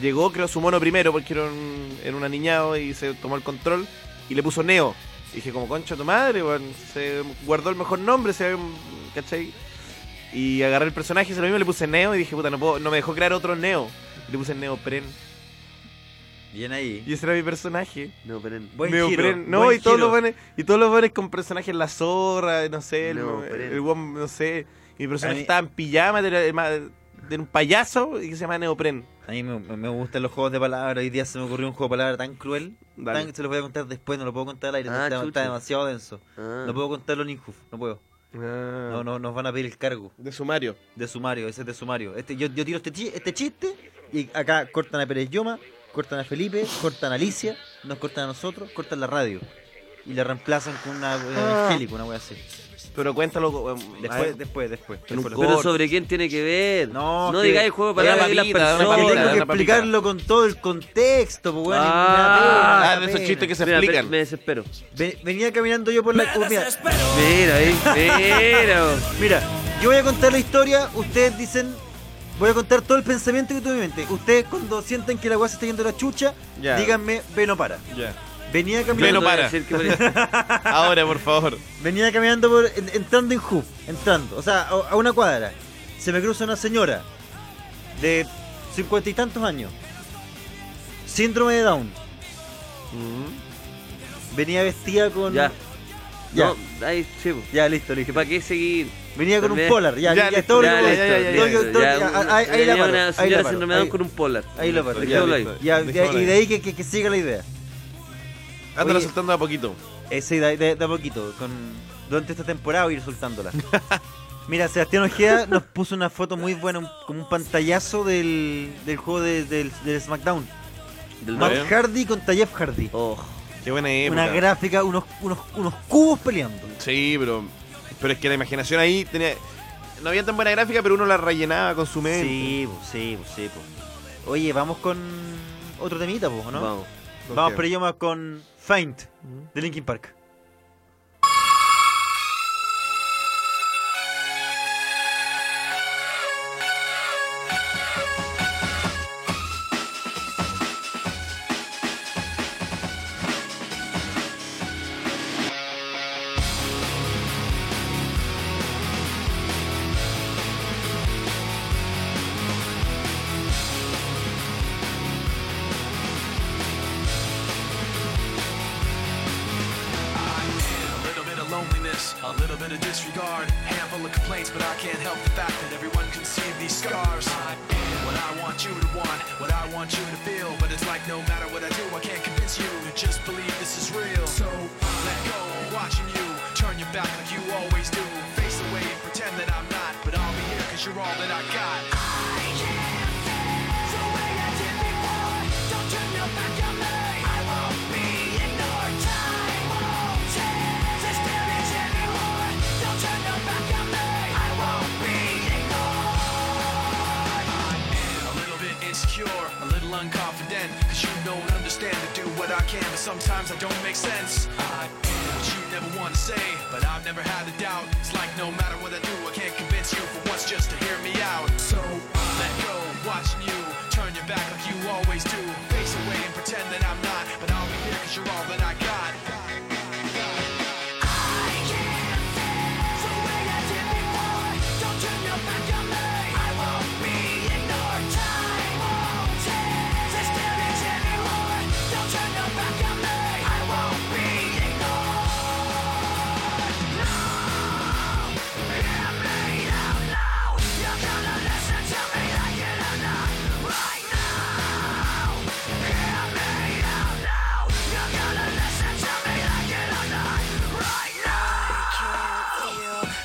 Speaker 15: llegó, creo, su mono primero porque era un, era un aniñado y se tomó el control y le puso Neo. Y dije, como concha tu madre, weón, se guardó el mejor nombre, se ¿cachai? Y agarré el personaje, se lo mismo, le puse Neo y dije, puta, no, puedo, no me dejó crear otro Neo. Y le puse Neo Pren.
Speaker 4: Bien ahí.
Speaker 15: Y ese era mi personaje.
Speaker 18: Neopren.
Speaker 4: Buen
Speaker 15: Neopren.
Speaker 4: giro,
Speaker 15: No,
Speaker 4: buen
Speaker 15: y todos
Speaker 4: giro.
Speaker 15: los buenos, y todos los buenos con personajes la zorra, no sé, el,
Speaker 18: Neopren.
Speaker 15: el guam, no sé. Mi personaje
Speaker 4: A mí-
Speaker 15: estaba en pijama, era el más- de un payaso y que se llama Neopren.
Speaker 4: A mí me, me gustan los juegos de palabras. Hoy día se me ocurrió un juego de palabras tan cruel.
Speaker 15: Dale.
Speaker 4: tan- se los voy a contar después, no lo puedo contar al aire.
Speaker 18: Ah,
Speaker 4: está, está
Speaker 18: chucha.
Speaker 4: demasiado denso.
Speaker 18: Ah.
Speaker 4: No puedo contarlo en Injuf, no puedo. No, no, nos van a pedir el cargo.
Speaker 15: De sumario.
Speaker 4: De sumario, ese es de sumario. Este, yo, yo tiro este, chi- este chiste y acá cortan a Pérez Yoma, cortan a Felipe, cortan a Alicia, nos cortan a nosotros, cortan la radio. Y la reemplazan con una eh,
Speaker 15: Ah.
Speaker 4: angélica, una wea así.
Speaker 15: Pero cuéntalo.
Speaker 4: Después, después, después. después lo-
Speaker 18: Pero sobre quién tiene que ver. No, digáis el juego para
Speaker 4: la
Speaker 18: las personas.
Speaker 4: Tengo que explicarlo con todo el contexto, pues, weón,
Speaker 18: Ah,
Speaker 4: me da pena,
Speaker 18: ah,
Speaker 4: me
Speaker 18: de
Speaker 4: da
Speaker 18: esos
Speaker 4: pena.
Speaker 18: chistes que se Mira, explican. me- me desespero.
Speaker 4: Ve- Venía caminando yo por la. oh, mira.
Speaker 18: Mira, ahí, mira.
Speaker 4: Mira, yo voy a contar la historia, ustedes dicen. Voy a contar todo el pensamiento que tuve en mi mente. Ustedes cuando sientan que la weá se está yendo a la chucha,
Speaker 15: Ya.
Speaker 4: díganme, ven o para.
Speaker 15: Ya.
Speaker 4: Venía
Speaker 15: Ve,
Speaker 4: caminando.
Speaker 15: no para. [LAUGHS] Ahora, por favor.
Speaker 4: Venía caminando por, en- entrando en Hub, entrando, o sea, a, a una cuadra. Se me cruza una señora de cincuenta y tantos años. Síndrome de Down. Venía vestida con.
Speaker 18: Mm. Ya.
Speaker 4: [LAUGHS] Ya.
Speaker 18: No, ahí, sí, po.
Speaker 4: Ya, listo, listo.
Speaker 18: ¿Para qué seguir?
Speaker 4: Venía con un
Speaker 18: También.
Speaker 4: polar, ya, ya, todo lo
Speaker 18: ya,
Speaker 4: que-
Speaker 18: listo,
Speaker 4: todo
Speaker 18: ya,
Speaker 4: lo que-
Speaker 18: listo,
Speaker 4: todo lo
Speaker 18: ya,
Speaker 4: que-
Speaker 18: una-
Speaker 4: ah, ahí- ahí la
Speaker 18: venía
Speaker 4: paro,
Speaker 18: una
Speaker 4: ahí
Speaker 18: señora
Speaker 4: la paro,
Speaker 18: síndrome de Down
Speaker 4: ahí-
Speaker 18: con un polar.
Speaker 4: Ahí lo paro,
Speaker 18: Ya,
Speaker 4: dejémoslo
Speaker 18: listo.
Speaker 4: ahí. Ya, de-
Speaker 18: Dejémoslo
Speaker 4: y de
Speaker 18: ahí.
Speaker 4: ahí que, que- que siga la idea.
Speaker 15: Ándala
Speaker 4: Oye,
Speaker 15: soltando a poquito.
Speaker 4: eh, sí, de, de- de a poquito, con, durante esta temporada voy a ir [LAUGHS] soltándola. Mira, Sebastián Ojeda nos puso una foto muy buena, un- como un pantallazo del, del juego de- del, del SmackDown.
Speaker 15: Del
Speaker 4: Matt
Speaker 15: nuevo.
Speaker 4: Hardy contra Jeff Hardy.
Speaker 15: Qué buena época.
Speaker 4: una gráfica, unos, unos, unos cubos peleando.
Speaker 15: Sí, pero, pero es que la imaginación ahí tenía. No había tan buena gráfica, pero uno la rellenaba con su mente.
Speaker 4: Sí, po, sí, po, sí. po. Oye, vamos con otro temita, po, ¿o ¿no?
Speaker 15: Vamos.
Speaker 4: Vamos,
Speaker 15: Ok.
Speaker 4: pero yo más con Faint, de Linkin Park.
Speaker 3: A little bit of loneliness, a little bit of disregard, handful of complaints, but I can't help the fact that everyone can see these scars. I am what I want you to want, what I want you to feel, but it's like no matter what I do, I can't convince you to just believe this is real. So let go, I'm watching you, turn your back like you always do, face away and pretend that I'm not, but I'll be here cause you're all that I got. I can't feel the way I did before, don't turn your back on me, I won't be ignored, time won't tell. A little bit insecure, a little unconfident. Cause you don't understand to do what I can, but sometimes I don't make sense. I am what you never want to say, but I've never had a doubt. It's like no matter what I do, I can't convince you for once just to hear me out. So let go, watching you, turn your back like you always do. Face away and pretend that I'm not, but I'll be here cause you're all that I got.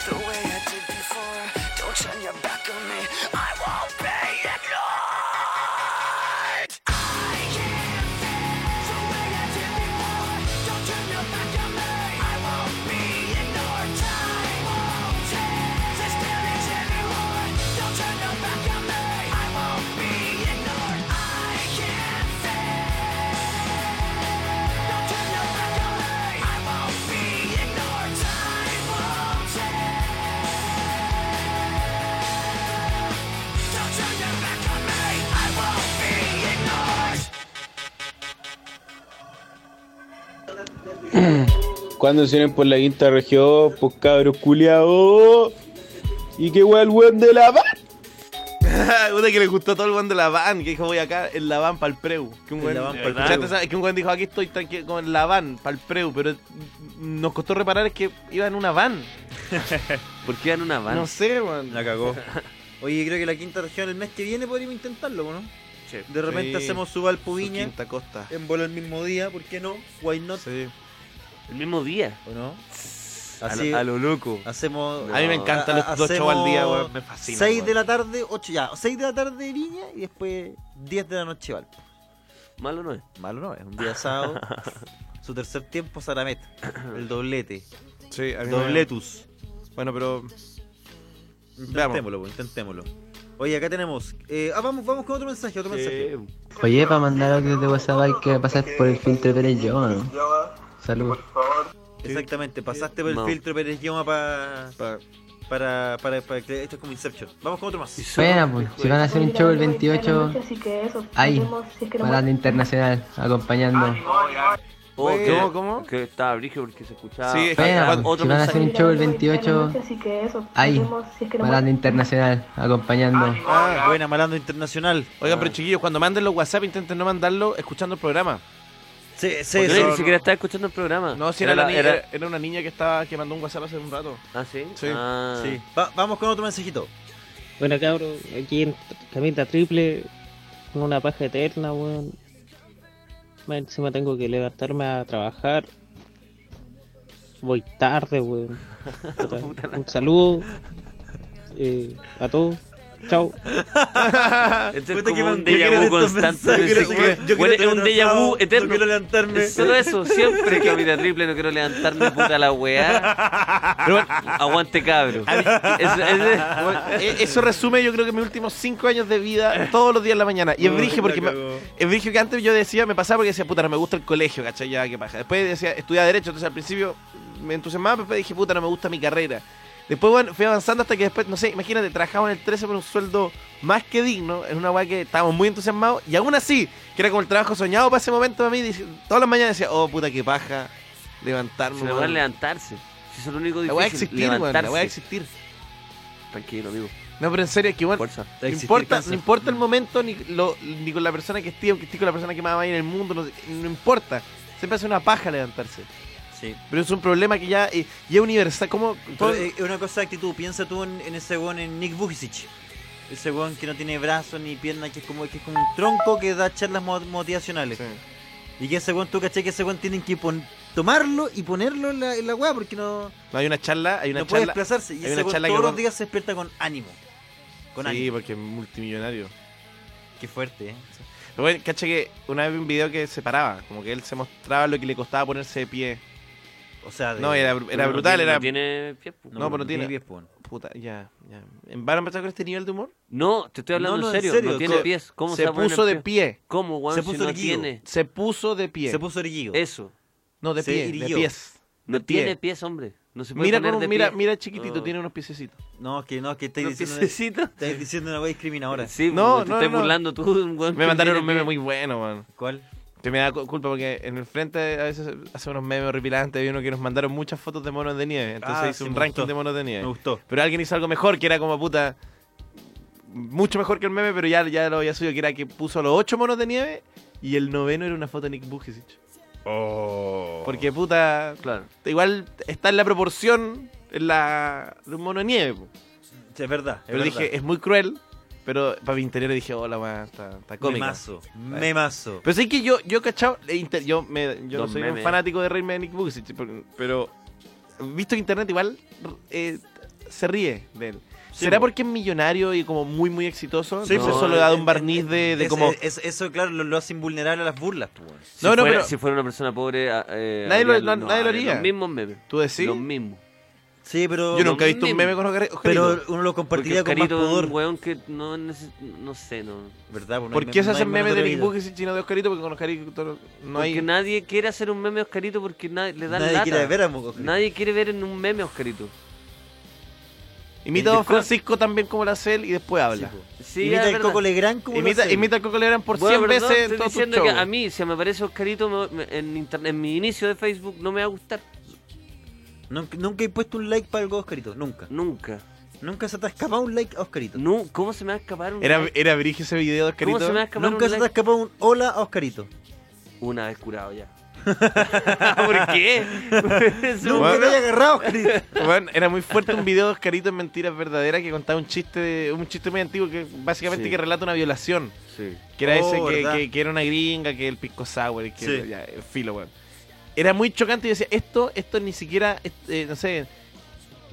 Speaker 19: The way I did before, don't turn your back on me. I won't be ignored. I can't feel the way I did before. Don't turn your back on me. I won't be ignored. Time won't tell this damage anymore. Don't turn your back on me. I won't be ignored. I can't feel. Don't turn your back on me. I won't be ignored. Time won't tell. Don't turn your back on me. I won't be ignored.
Speaker 5: Cuando se vienen por la quinta región, pues cabros culiados. Y que hueá el weón de la van.
Speaker 15: [LAUGHS] Puta que le gustó todo el weón de la van, que dijo voy acá en la van pa'l preu. Que un
Speaker 4: En
Speaker 15: weón,
Speaker 4: la van pa'l
Speaker 15: ¿Cachaste
Speaker 4: preu.
Speaker 15: esa- que un weón dijo aquí estoy tranquilo con la van pa'l preu, pero nos costó reparar que iba en una van.
Speaker 18: ¿Por qué en una van?
Speaker 15: No sé, weón.
Speaker 4: La
Speaker 15: [LAUGHS]
Speaker 4: cagó. Oye, creo que la quinta región el mes que viene podríamos intentarlo, ¿no? De repente
Speaker 15: Sí.
Speaker 4: hacemos su Valpuviña.
Speaker 15: Su quinta costa.
Speaker 4: En bola el mismo día, ¿por qué Eh, no? Why not?
Speaker 18: ¿El mismo día?
Speaker 4: ¿O no?
Speaker 18: A lo- a lo loco.
Speaker 4: Hacemos.
Speaker 15: A mí me encantan los- los shows al día, weón, me fascina,
Speaker 4: 6
Speaker 15: weón.
Speaker 4: de la tarde, 8 ya. 6 de la tarde Viña y después 10 de la noche Valpo.
Speaker 18: Malo no es.
Speaker 4: Malo no es. Un día
Speaker 15: [LAUGHS]
Speaker 4: sábado. su tercer tiempo, Saramet.
Speaker 15: [COUGHS]
Speaker 4: El doblete.
Speaker 15: Sí, a mí me-
Speaker 4: Dobletus.
Speaker 15: Bueno, pero.
Speaker 4: Intentémoslo, po, intentémoslo. Oye, acá tenemos. eh, ah, vamos, vamos con otro mensaje, otro mensaje.
Speaker 2: Oye, para mandar audios de WhatsApp hay que pasar por el filtro Pérez Yo, ¿no? Saludos.
Speaker 4: Exactamente, pasaste por el
Speaker 2: No.
Speaker 4: filtro Pérez Yoma pa- para, para, para que esto es como Inception. Vamos con otro más.
Speaker 2: Buena, pues, si van a hacer un show el 28, ahí, parada internacional, acompañando.
Speaker 18: Oh,
Speaker 2: Bueno.
Speaker 18: que-
Speaker 2: ¿Cómo,
Speaker 18: Que estaba brígido porque se escuchaba.
Speaker 2: Sí, es que- Espera,
Speaker 18: Otro
Speaker 2: si van a hacer un
Speaker 18: mensaje.
Speaker 2: show el 28, ahí, parada internacional, acompañando.
Speaker 4: Ah, buena, Malando Internacional. Ah.
Speaker 15: Oigan, pero chiquillos, cuando manden los WhatsApp intenten no mandarlo escuchando el programa.
Speaker 4: Sí, sí,
Speaker 18: Porque ni siquiera estaba escuchando el
Speaker 4: Ah.
Speaker 18: programa.
Speaker 15: No, si era, la ni- era, era una niña que estaba que mandó un WhatsApp hace un rato.
Speaker 18: Ah, sí.
Speaker 15: Sí.
Speaker 18: Ah.
Speaker 4: Sí. Va- vamos con otro mensajito.
Speaker 6: Bueno, cabros, aquí en camita triple, con una paja eterna, weón. Más Encima tengo que levantarme a trabajar. Voy tarde, weón. Puta, Un saludo eh, a todos. Chao.
Speaker 18: Esto es como un déjà vu constante.
Speaker 6: mensajes? Yo
Speaker 18: no sé qué.
Speaker 6: quiero- yo quiero
Speaker 18: Bueno, es un
Speaker 6: tener
Speaker 18: déjà vu
Speaker 6: atrasado,
Speaker 18: eterno.
Speaker 6: no quiero levantarme.
Speaker 18: Es solo eso, siempre que mira triple, no quiero levantarme puta la weá. Pero bueno,
Speaker 15: [LAUGHS]
Speaker 18: aguante cabro. Es- es-
Speaker 15: Bueno, [LAUGHS] e- Eso resume yo creo que mis últimos cinco años de vida todos los días en la mañana. Y es
Speaker 18: Uy,
Speaker 15: brigio porque
Speaker 18: la
Speaker 15: me-
Speaker 18: cagó.
Speaker 15: es brigio que antes yo decía, me pasaba porque decía, puta, no me gusta el colegio, ¿cachai? Ya, qué paja. Después decía, estudia Derecho, entonces al principio me entusiasmaba, pero después dije, puta, no me gusta mi carrera. Después, bueno, fui avanzando hasta que después, no sé, imagínate, trabajaba en el 13 por un sueldo más que digno, en una weá que estábamos muy entusiasmados, y aún así, que era como el trabajo soñado para ese momento a mí, dice- todas las mañanas decía, oh, puta, qué paja, levantarme.
Speaker 18: Se le
Speaker 15: weón.
Speaker 18: van a levantarse. Si eso es lo único
Speaker 15: La weá
Speaker 18: difícil.
Speaker 15: existir, weón, la
Speaker 18: levantarse.
Speaker 15: weá existir.
Speaker 18: Tranquilo, amigo.
Speaker 15: No, pero en serio, es que bueno, no
Speaker 18: Existir
Speaker 15: importa,
Speaker 18: cansa.
Speaker 15: no importa el momento ni, lo- ni con la persona que esté, aunque esté con la persona que más vaya en el mundo, no, no importa. Siempre hace una paja levantarse.
Speaker 4: Sí.
Speaker 15: Pero es un problema que ya, eh, ya es universal. ¿Cómo?
Speaker 4: Pero
Speaker 15: todo-
Speaker 4: es es eh, una cosa de actitud. Piensa tú en, en ese weón, en Nick Vujicic. Ese weón que no tiene brazos ni piernas, que es como, que es como un tronco que da charlas mo- motivacionales. Y que ese weón, tú caché que ese weón tienen que pon- tomarlo y ponerlo en la, en la weá porque no,
Speaker 15: no, hay una charla, hay una
Speaker 4: no puede
Speaker 15: charla.
Speaker 4: desplazarse. Y
Speaker 15: hay
Speaker 4: ese
Speaker 15: una
Speaker 4: weón
Speaker 15: charla que
Speaker 4: todos
Speaker 15: no-
Speaker 4: los días se despierta con ánimo. Con
Speaker 15: sí,
Speaker 4: ánimo.
Speaker 15: porque es multimillonario.
Speaker 4: Qué fuerte, ¿eh?
Speaker 15: Pero bueno, caché que una vez vi un video que se paraba, como que él se mostraba lo que le costaba ponerse de pie.
Speaker 4: O sea, de-
Speaker 15: no, era,
Speaker 4: Pero
Speaker 15: era
Speaker 4: no
Speaker 15: brutal,
Speaker 4: tiene-
Speaker 15: era.
Speaker 4: no tiene pies, po.
Speaker 15: No, pero no tiene.
Speaker 4: pies, po.
Speaker 15: Puta, ya, ya. ¿Van a empezar con este nivel de humor?
Speaker 18: No, te estoy hablando
Speaker 15: No, no,
Speaker 18: en, serio. No tiene
Speaker 15: Co-
Speaker 18: pies. ¿Cómo se,
Speaker 15: se
Speaker 18: va a poner
Speaker 15: puso
Speaker 18: el
Speaker 15: de pie?
Speaker 18: ¿Cómo, weón?
Speaker 15: Se
Speaker 18: si
Speaker 15: puso
Speaker 18: no
Speaker 15: erguido.
Speaker 18: tiene?
Speaker 15: Se puso de pie.
Speaker 4: Se puso erguido.
Speaker 18: Eso.
Speaker 15: No, de
Speaker 18: Se
Speaker 15: pie, de
Speaker 18: irguió.
Speaker 15: pies.
Speaker 18: No
Speaker 15: De
Speaker 18: tiene pies, hombre. No se puede
Speaker 15: mira,
Speaker 18: poner
Speaker 15: cómo-
Speaker 18: de
Speaker 15: mira,
Speaker 18: pie. Oh.
Speaker 15: mira chiquitito,
Speaker 18: No.
Speaker 15: tiene unos piececitos.
Speaker 4: No, es que no, es que estáis
Speaker 15: ¿No
Speaker 4: diciendo.
Speaker 15: piececito?
Speaker 4: Estáis diciendo una weá discriminadora.
Speaker 18: Sí, pues,
Speaker 15: No, no,
Speaker 18: estás
Speaker 15: no.
Speaker 18: burlando tú de un weón
Speaker 15: Me
Speaker 18: que
Speaker 15: mandaron
Speaker 18: tiene
Speaker 15: un meme
Speaker 18: pie.
Speaker 15: muy bueno, man.
Speaker 4: ¿Cuál?
Speaker 15: Que me da cu- culpa porque en el frente a veces hace unos memes horripilantes. Hay uno que nos mandaron muchas fotos de monos de nieve. Entonces
Speaker 4: Ah,
Speaker 15: hice
Speaker 4: sí,
Speaker 15: un
Speaker 4: me
Speaker 15: ranking
Speaker 4: gustó.
Speaker 15: de monos de nieve.
Speaker 4: Me gustó.
Speaker 15: Pero alguien hizo algo mejor, que era como puta. Mucho mejor que el meme, pero ya, ya lo había subido, que era que puso a los ocho monos de nieve y el noveno era una foto de Nick Bujicic.
Speaker 4: Oh.
Speaker 15: Porque puta.
Speaker 18: Claro.
Speaker 15: Igual está en la proporción en la, de un mono de nieve. po.
Speaker 4: Sí, es verdad. Es
Speaker 15: Pero
Speaker 4: verdad.
Speaker 15: dije, es muy cruel. Pero para mi interior dije, hola, weón, está, está cómica.
Speaker 4: Memazo, memazo.
Speaker 15: Pero sí que yo, yo cachao, le inter- yo, me, yo no
Speaker 4: Los
Speaker 15: soy un
Speaker 4: memes.
Speaker 15: fanático de reírme de Nick Vujicic, pero- pero visto que internet igual eh, se ríe de él.
Speaker 4: Sí,
Speaker 15: ¿Será
Speaker 4: po.
Speaker 15: porque es millonario y como muy, muy exitoso?
Speaker 4: Sí,
Speaker 15: entonces
Speaker 4: po.
Speaker 15: eso le ha dado un barniz de, de
Speaker 4: Es-
Speaker 15: como...
Speaker 4: es- eso, claro, lo, lo hace invulnerable a las burlas, po, weón.
Speaker 18: Si,
Speaker 15: No, no,
Speaker 18: fuera,
Speaker 15: pero-
Speaker 18: si fuera una persona pobre, ah, eh,
Speaker 15: Nadie lo-
Speaker 18: haría
Speaker 15: no- nadie lo
Speaker 18: haría
Speaker 15: haría.
Speaker 18: Los mismos memes.
Speaker 15: ¿Tú decís?
Speaker 18: Los mismos.
Speaker 4: Sí, pero.
Speaker 15: Yo nunca he visto un
Speaker 18: Mismo.
Speaker 15: meme con Oscar- Oscarito.
Speaker 4: Pero uno lo compartiría
Speaker 18: Porque
Speaker 4: con más
Speaker 18: Oscarito es
Speaker 4: pudor.
Speaker 18: un weón que no, neces- no sé, no.
Speaker 4: ¿Verdad? po? No
Speaker 15: ¿Por
Speaker 4: hay-
Speaker 15: qué se
Speaker 4: no hay
Speaker 15: hacen memes de Nick
Speaker 4: Oscarito.
Speaker 15: Vujicic y no de Oscarito? Porque con Oscarito no
Speaker 18: porque
Speaker 15: hay...
Speaker 18: nadie quiere hacer un meme a Oscarito porque nadie le dan
Speaker 15: Nadie
Speaker 18: lata.
Speaker 15: quiere ver a Oscarito.
Speaker 18: Nadie quiere ver en un meme a Oscarito.
Speaker 15: Imita a Don Francisco también como lo hace él y después habla.
Speaker 18: Sí, Imita es al verdad. Coco Legrand como lo
Speaker 15: imita,
Speaker 18: hace él.
Speaker 15: imita al Coco Legrand por
Speaker 18: Bueno,
Speaker 15: 100
Speaker 18: perdón,
Speaker 15: veces en
Speaker 18: estoy
Speaker 15: todo su
Speaker 18: diciendo que
Speaker 15: show.
Speaker 18: a mí, si me aparece Oscarito me- me- en, internet- en mi inicio de Facebook, no me va a gustar.
Speaker 4: Nunca, nunca he puesto un like para algo, Oscarito. Nunca.
Speaker 18: Nunca.
Speaker 4: Nunca se te ha escapado un like a Oscarito.
Speaker 18: No, ¿cómo se me va a escapar un
Speaker 15: Era,
Speaker 18: like?
Speaker 15: era brígido ese video de Oscarito.
Speaker 18: ¿Cómo se me va a escapar
Speaker 4: Nunca
Speaker 18: un
Speaker 4: se te ha
Speaker 18: like?
Speaker 4: escapado un hola a Oscarito.
Speaker 18: Una vez
Speaker 15: [LAUGHS]
Speaker 18: curado ya. ¿Por [LAUGHS] qué?
Speaker 4: Nunca te haya agarrado, Oscarito.
Speaker 15: [LAUGHS] Bueno, era muy fuerte un video de Oscarito en Mentiras Verdaderas que contaba un chiste de- un chiste muy antiguo que básicamente
Speaker 18: Sí.
Speaker 15: que relata una violación.
Speaker 18: Sí.
Speaker 15: Que era
Speaker 18: Oh,
Speaker 15: ese que-
Speaker 18: ¿verdad?
Speaker 15: que, que era una gringa, que el pisco sour, que
Speaker 18: Sí.
Speaker 15: ya, eh, filo, weón. Era muy chocante y yo decía, esto, esto ni siquiera, est- eh, no sé,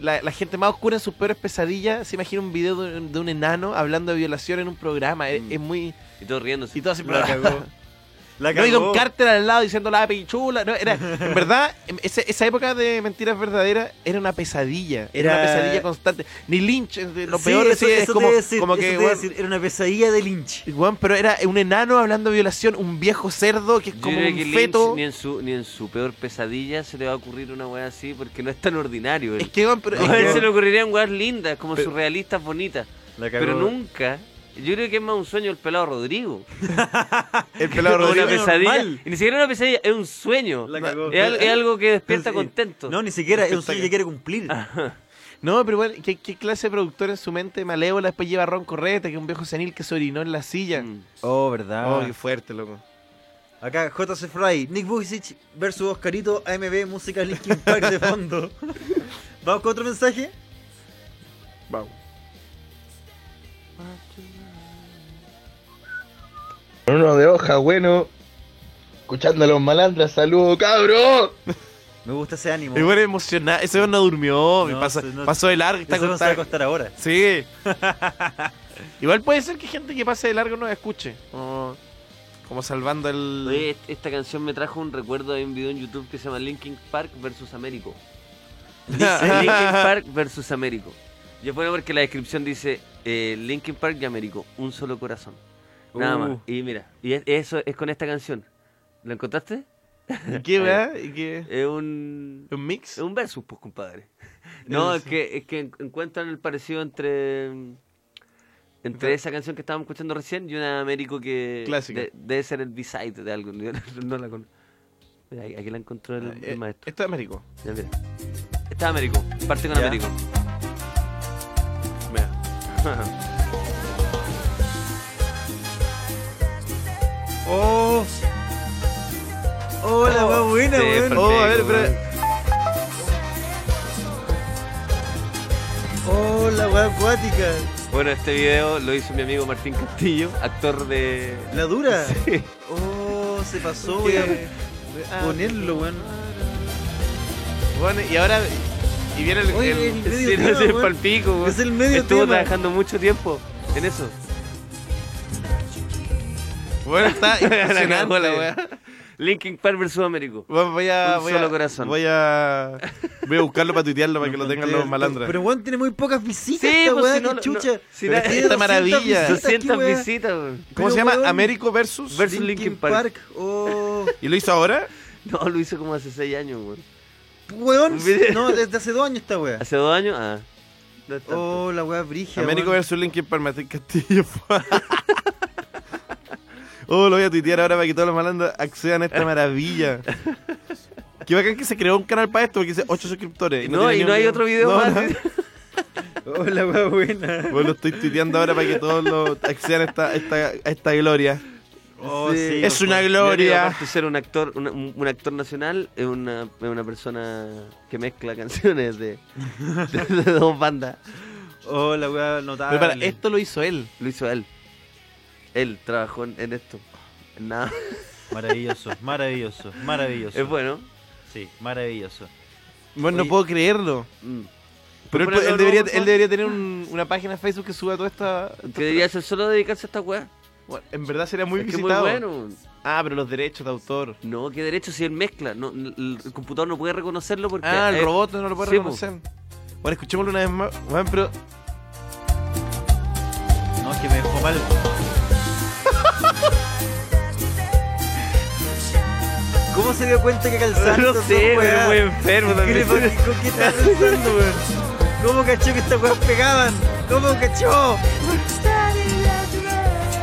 Speaker 15: la, la gente más oscura en sus peores pesadillas se imagina un video de, un- de un enano hablando de violación en un programa. Es,
Speaker 18: Mm.
Speaker 15: es muy...
Speaker 18: Y todos riéndose.
Speaker 15: Y todos siempre
Speaker 4: [LAUGHS]
Speaker 18: La cagó. La
Speaker 15: No, y Don
Speaker 18: cagó.
Speaker 15: Carter al lado diciendo la pichula. No, era, en verdad, em- ese- esa época de mentiras verdaderas era una pesadilla. Era, una
Speaker 4: Era-
Speaker 15: pesadilla constante. Ni Lynch, eh, de- lo
Speaker 4: Sí,
Speaker 15: peor
Speaker 4: eso-
Speaker 15: sí, es
Speaker 4: eso te
Speaker 15: como,
Speaker 4: iba a decir,
Speaker 15: como
Speaker 4: eso
Speaker 15: que
Speaker 4: te iba a
Speaker 15: weón,
Speaker 4: decir, era una pesadilla de Lynch.
Speaker 15: Weón, pero era un enano hablando de violación, un viejo cerdo que es
Speaker 18: Yo
Speaker 15: como
Speaker 18: creo
Speaker 15: un
Speaker 18: que Lynch
Speaker 15: feto.
Speaker 18: ni, en su, ni en su peor pesadilla se le va a ocurrir una weá así porque no es tan ordinario. él.
Speaker 15: Es que, weón, pero-
Speaker 18: No, [LAUGHS] a
Speaker 15: es
Speaker 18: él
Speaker 15: que-
Speaker 18: se le ocurrirían weas lindas, como
Speaker 15: Pero-
Speaker 18: surrealistas bonitas.
Speaker 4: La cagó.
Speaker 18: Pero nunca. Yo creo que es más un sueño el pelado Rodrigo.
Speaker 15: [LAUGHS] El pelado
Speaker 18: [LAUGHS] Una
Speaker 15: Rodrigo.
Speaker 18: pesadilla.
Speaker 4: Normal.
Speaker 18: Y ni siquiera una pesadilla, es un sueño.
Speaker 4: La cagó.
Speaker 18: Es, al- es algo que despierta
Speaker 4: Sí.
Speaker 18: contento.
Speaker 4: No, ni siquiera, es un
Speaker 18: Despierta
Speaker 4: sueño que quiere cumplir.
Speaker 15: No, pero bueno, ¿qué, qué clase de productor en su mente malévola después lleva a Ron Correte, que es un viejo senil que se orinó en la silla?
Speaker 18: Mm.
Speaker 4: Oh, verdad.
Speaker 15: Oh, qué fuerte, loco.
Speaker 4: Acá, J.C. Fry, Nick Vujicic versus Oscarito, AMB, música Linkin Park de fondo. ¿Vamos con otro mensaje?
Speaker 15: Vamos.
Speaker 16: Uno de hoja, bueno. Escuchando a los malandras, saludo, cabrón.
Speaker 4: Me gusta ese ánimo.
Speaker 15: El bueno emocionado, ese weón no durmió,
Speaker 4: No,
Speaker 15: pasó,
Speaker 4: se- no-
Speaker 15: pasó de largo.
Speaker 4: Ese weón se va a acostar ahora.
Speaker 15: Sí. [LAUGHS] Igual puede ser que gente que pase de largo no escuche. Como, como salvando el...
Speaker 18: Oye, est- esta canción me trajo un recuerdo de un video en YouTube que se llama Linkin Park versus Américo. Dice Linkin Park versus Américo. Y es bueno porque la descripción dice eh, Linkin Park y Américo, un solo corazón. Nada
Speaker 15: Uh.
Speaker 18: más. Y mira, y es- eso es con esta canción. ¿La encontraste?
Speaker 15: ¿Y qué, va? ¿Y qué?
Speaker 18: Es un...
Speaker 15: ¿Un mix?
Speaker 18: un versus, pues,
Speaker 15: [LAUGHS]
Speaker 18: compadre. No, es que, es que en- encuentran el parecido entre... mm, Entre esa canción que estábamos escuchando recién y una de Américo que...
Speaker 15: Clásica.
Speaker 18: de- debe ser el B-side de algo. [LAUGHS] yo no, no la conozco. Mira, aquí aquí la encontró el, el
Speaker 15: Eh,
Speaker 18: maestro.
Speaker 15: Esto es Américo.
Speaker 18: Ya, mira. Está Américo. Parte con
Speaker 15: Ya.
Speaker 18: Américo. Mira.
Speaker 4: Oh. Hola, va buena,
Speaker 18: Oh. sí,
Speaker 4: weón.
Speaker 18: perfecto,
Speaker 4: Oh, a ver,
Speaker 18: weón.
Speaker 4: espera. Hola, weá acuática.
Speaker 18: Bueno, este video lo hizo mi amigo Martín Castillo, actor de...
Speaker 4: La dura.
Speaker 18: Sí. Ah,
Speaker 4: Oh, se pasó, voy a ponerlo, weón.
Speaker 15: Bueno, y ahora... Y viene el...
Speaker 4: Oye,
Speaker 15: el-
Speaker 4: el medio
Speaker 18: Sí, no
Speaker 4: tema,
Speaker 18: sé,
Speaker 4: weón.
Speaker 18: pa'l pico, weón.
Speaker 4: Es el medio
Speaker 18: Estuvo
Speaker 4: tema.
Speaker 18: trabajando mucho tiempo en eso.
Speaker 15: Bueno,
Speaker 18: [LAUGHS]
Speaker 15: está
Speaker 18: La cagó
Speaker 15: impresionante.
Speaker 18: la weá. Linkin Park versus Américo.
Speaker 15: Bueno, voy a...
Speaker 18: Un
Speaker 15: voy
Speaker 18: solo
Speaker 15: a,
Speaker 18: corazón.
Speaker 15: Voy a... Voy a buscarlo para tuitearlo, para que
Speaker 18: [LAUGHS]
Speaker 15: lo tengan los malandras.
Speaker 4: Pero weón tiene muy pocas visitas,
Speaker 18: Sí,
Speaker 4: esta
Speaker 18: pues,
Speaker 4: weá,
Speaker 18: si no,
Speaker 4: qué
Speaker 18: no-
Speaker 4: chucha.
Speaker 18: si
Speaker 4: Pero
Speaker 18: da-
Speaker 4: tiene
Speaker 15: esta maravilla.
Speaker 18: 200
Speaker 4: qué weá.
Speaker 18: visitas, weón.
Speaker 15: ¿Cómo
Speaker 4: Pero,
Speaker 15: se llama?
Speaker 4: weón,
Speaker 15: Américo versus...
Speaker 18: Versus Linkin, Park. [LAUGHS]
Speaker 4: Oh,
Speaker 15: ¿Y lo hizo ahora?
Speaker 18: No, lo hizo como hace 6 años, weón.
Speaker 4: weón.
Speaker 18: Un video.
Speaker 4: No, desde hace dos años esta weá.
Speaker 18: ¿Hace dos años? Ah.
Speaker 4: Oh, la weá brígida.
Speaker 15: Américo
Speaker 4: weón.
Speaker 15: versus Linkin Park, Martín Castillo. [LAUGHS] oh, lo voy a tuitear ahora para que todos los malandros accedan a
Speaker 18: [LAUGHS]
Speaker 15: esta maravilla. Qué bacán que se creó un canal para esto porque dice 8 suscriptores.
Speaker 18: No,
Speaker 15: tiene
Speaker 18: y
Speaker 15: ni
Speaker 18: no
Speaker 15: un
Speaker 18: hay otro video más. [LAUGHS]
Speaker 4: Oh, la weá buena.
Speaker 15: Bueno, Pues lo estoy tuiteando ahora para que todos los accedan a esta, esta, a esta gloria.
Speaker 4: Oh, sí,
Speaker 15: es
Speaker 4: por
Speaker 15: una
Speaker 4: favor.
Speaker 18: Yo digo,
Speaker 15: gloria.
Speaker 18: aparte de ser un actor, una- un, un actor nacional, es una, es una persona que mezcla [LAUGHS] canciones de, de- de dos bandas. Ah,
Speaker 4: Oh, la weá notable.
Speaker 15: Pero para, esto lo hizo él.
Speaker 18: Lo hizo él. Él trabajó en, en esto. En nada.
Speaker 4: Maravilloso, maravilloso, maravilloso.
Speaker 18: Es bueno.
Speaker 4: Sí, maravilloso.
Speaker 15: Bueno, no
Speaker 4: Oye.
Speaker 15: puedo creerlo.
Speaker 18: Mm.
Speaker 15: Pero él,
Speaker 18: Pero
Speaker 15: él
Speaker 18: no,
Speaker 15: debería,
Speaker 18: no, por
Speaker 15: él debería tener un- una página en Facebook que suba toda esta.
Speaker 18: Que debería ser solo dedicarse a esta weá.
Speaker 15: Bueno, en verdad sería muy
Speaker 18: es que es muy
Speaker 15: visitado.
Speaker 18: bueno.
Speaker 15: Ah, pero los derechos de autor.
Speaker 18: No, qué derecho si él mezcla. No, n- el computador no puede reconocerlo porque.
Speaker 15: Ah, el
Speaker 18: eh,
Speaker 15: robot no lo puede
Speaker 18: sí, po.
Speaker 15: reconocer. Bueno, escuchémoslo una vez más. Bueno, pero
Speaker 4: No, es que me dejó mal. ¿Cómo se dio cuenta que calzando?
Speaker 18: No sé,
Speaker 4: son weá?
Speaker 18: pero muy enfermo
Speaker 4: ¿Qué le
Speaker 18: también.
Speaker 4: pasó? ¿Con qué estás pensando, weón? ¿Cómo cachó que estas weas pegaban? ¿Cómo cachó?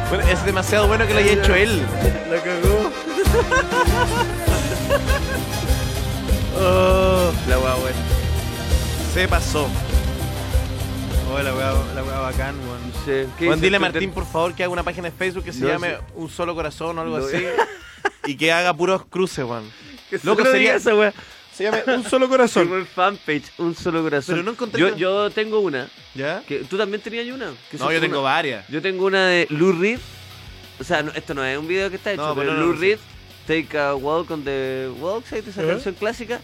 Speaker 15: bueno, es demasiado bueno que lo haya hecho él.
Speaker 4: La
Speaker 15: [LAUGHS]
Speaker 4: cagó.
Speaker 15: Oh, Oh,
Speaker 18: La weá, weón.
Speaker 15: se pasó.
Speaker 4: Oh, la weá, la weá bacán, weón.
Speaker 15: Juan, dile a Martín, por favor, que haga una página en Facebook que se
Speaker 4: No
Speaker 15: llame
Speaker 4: sé.
Speaker 15: Un Solo Corazón o algo
Speaker 4: No,
Speaker 15: así.
Speaker 4: ya.
Speaker 15: y que haga puros cruces, [LAUGHS] Juan.
Speaker 18: Que
Speaker 15: Loco,
Speaker 18: solo
Speaker 15: sería
Speaker 18: diga
Speaker 15: esa weá. Se llama Un Solo
Speaker 18: [LAUGHS]
Speaker 15: Corazón.
Speaker 18: Tengo el fanpage, Un Solo Corazón.
Speaker 15: Pero no encontré
Speaker 18: yo,
Speaker 15: una.
Speaker 18: yo tengo una.
Speaker 15: ¿Ya?
Speaker 18: Que, ¿Tú también tenías una? Que
Speaker 15: No,
Speaker 18: sos
Speaker 15: yo
Speaker 18: una.
Speaker 15: tengo varias.
Speaker 18: Yo tengo una de Lou Reed. O sea, no- esto no es un video que está hecho,
Speaker 15: No,
Speaker 18: pero
Speaker 15: pero no,
Speaker 18: Lou
Speaker 15: no,
Speaker 18: Reed, Take a Walk on the Walk, ¿sabes? Esa
Speaker 15: Ajá.
Speaker 18: canción clásica.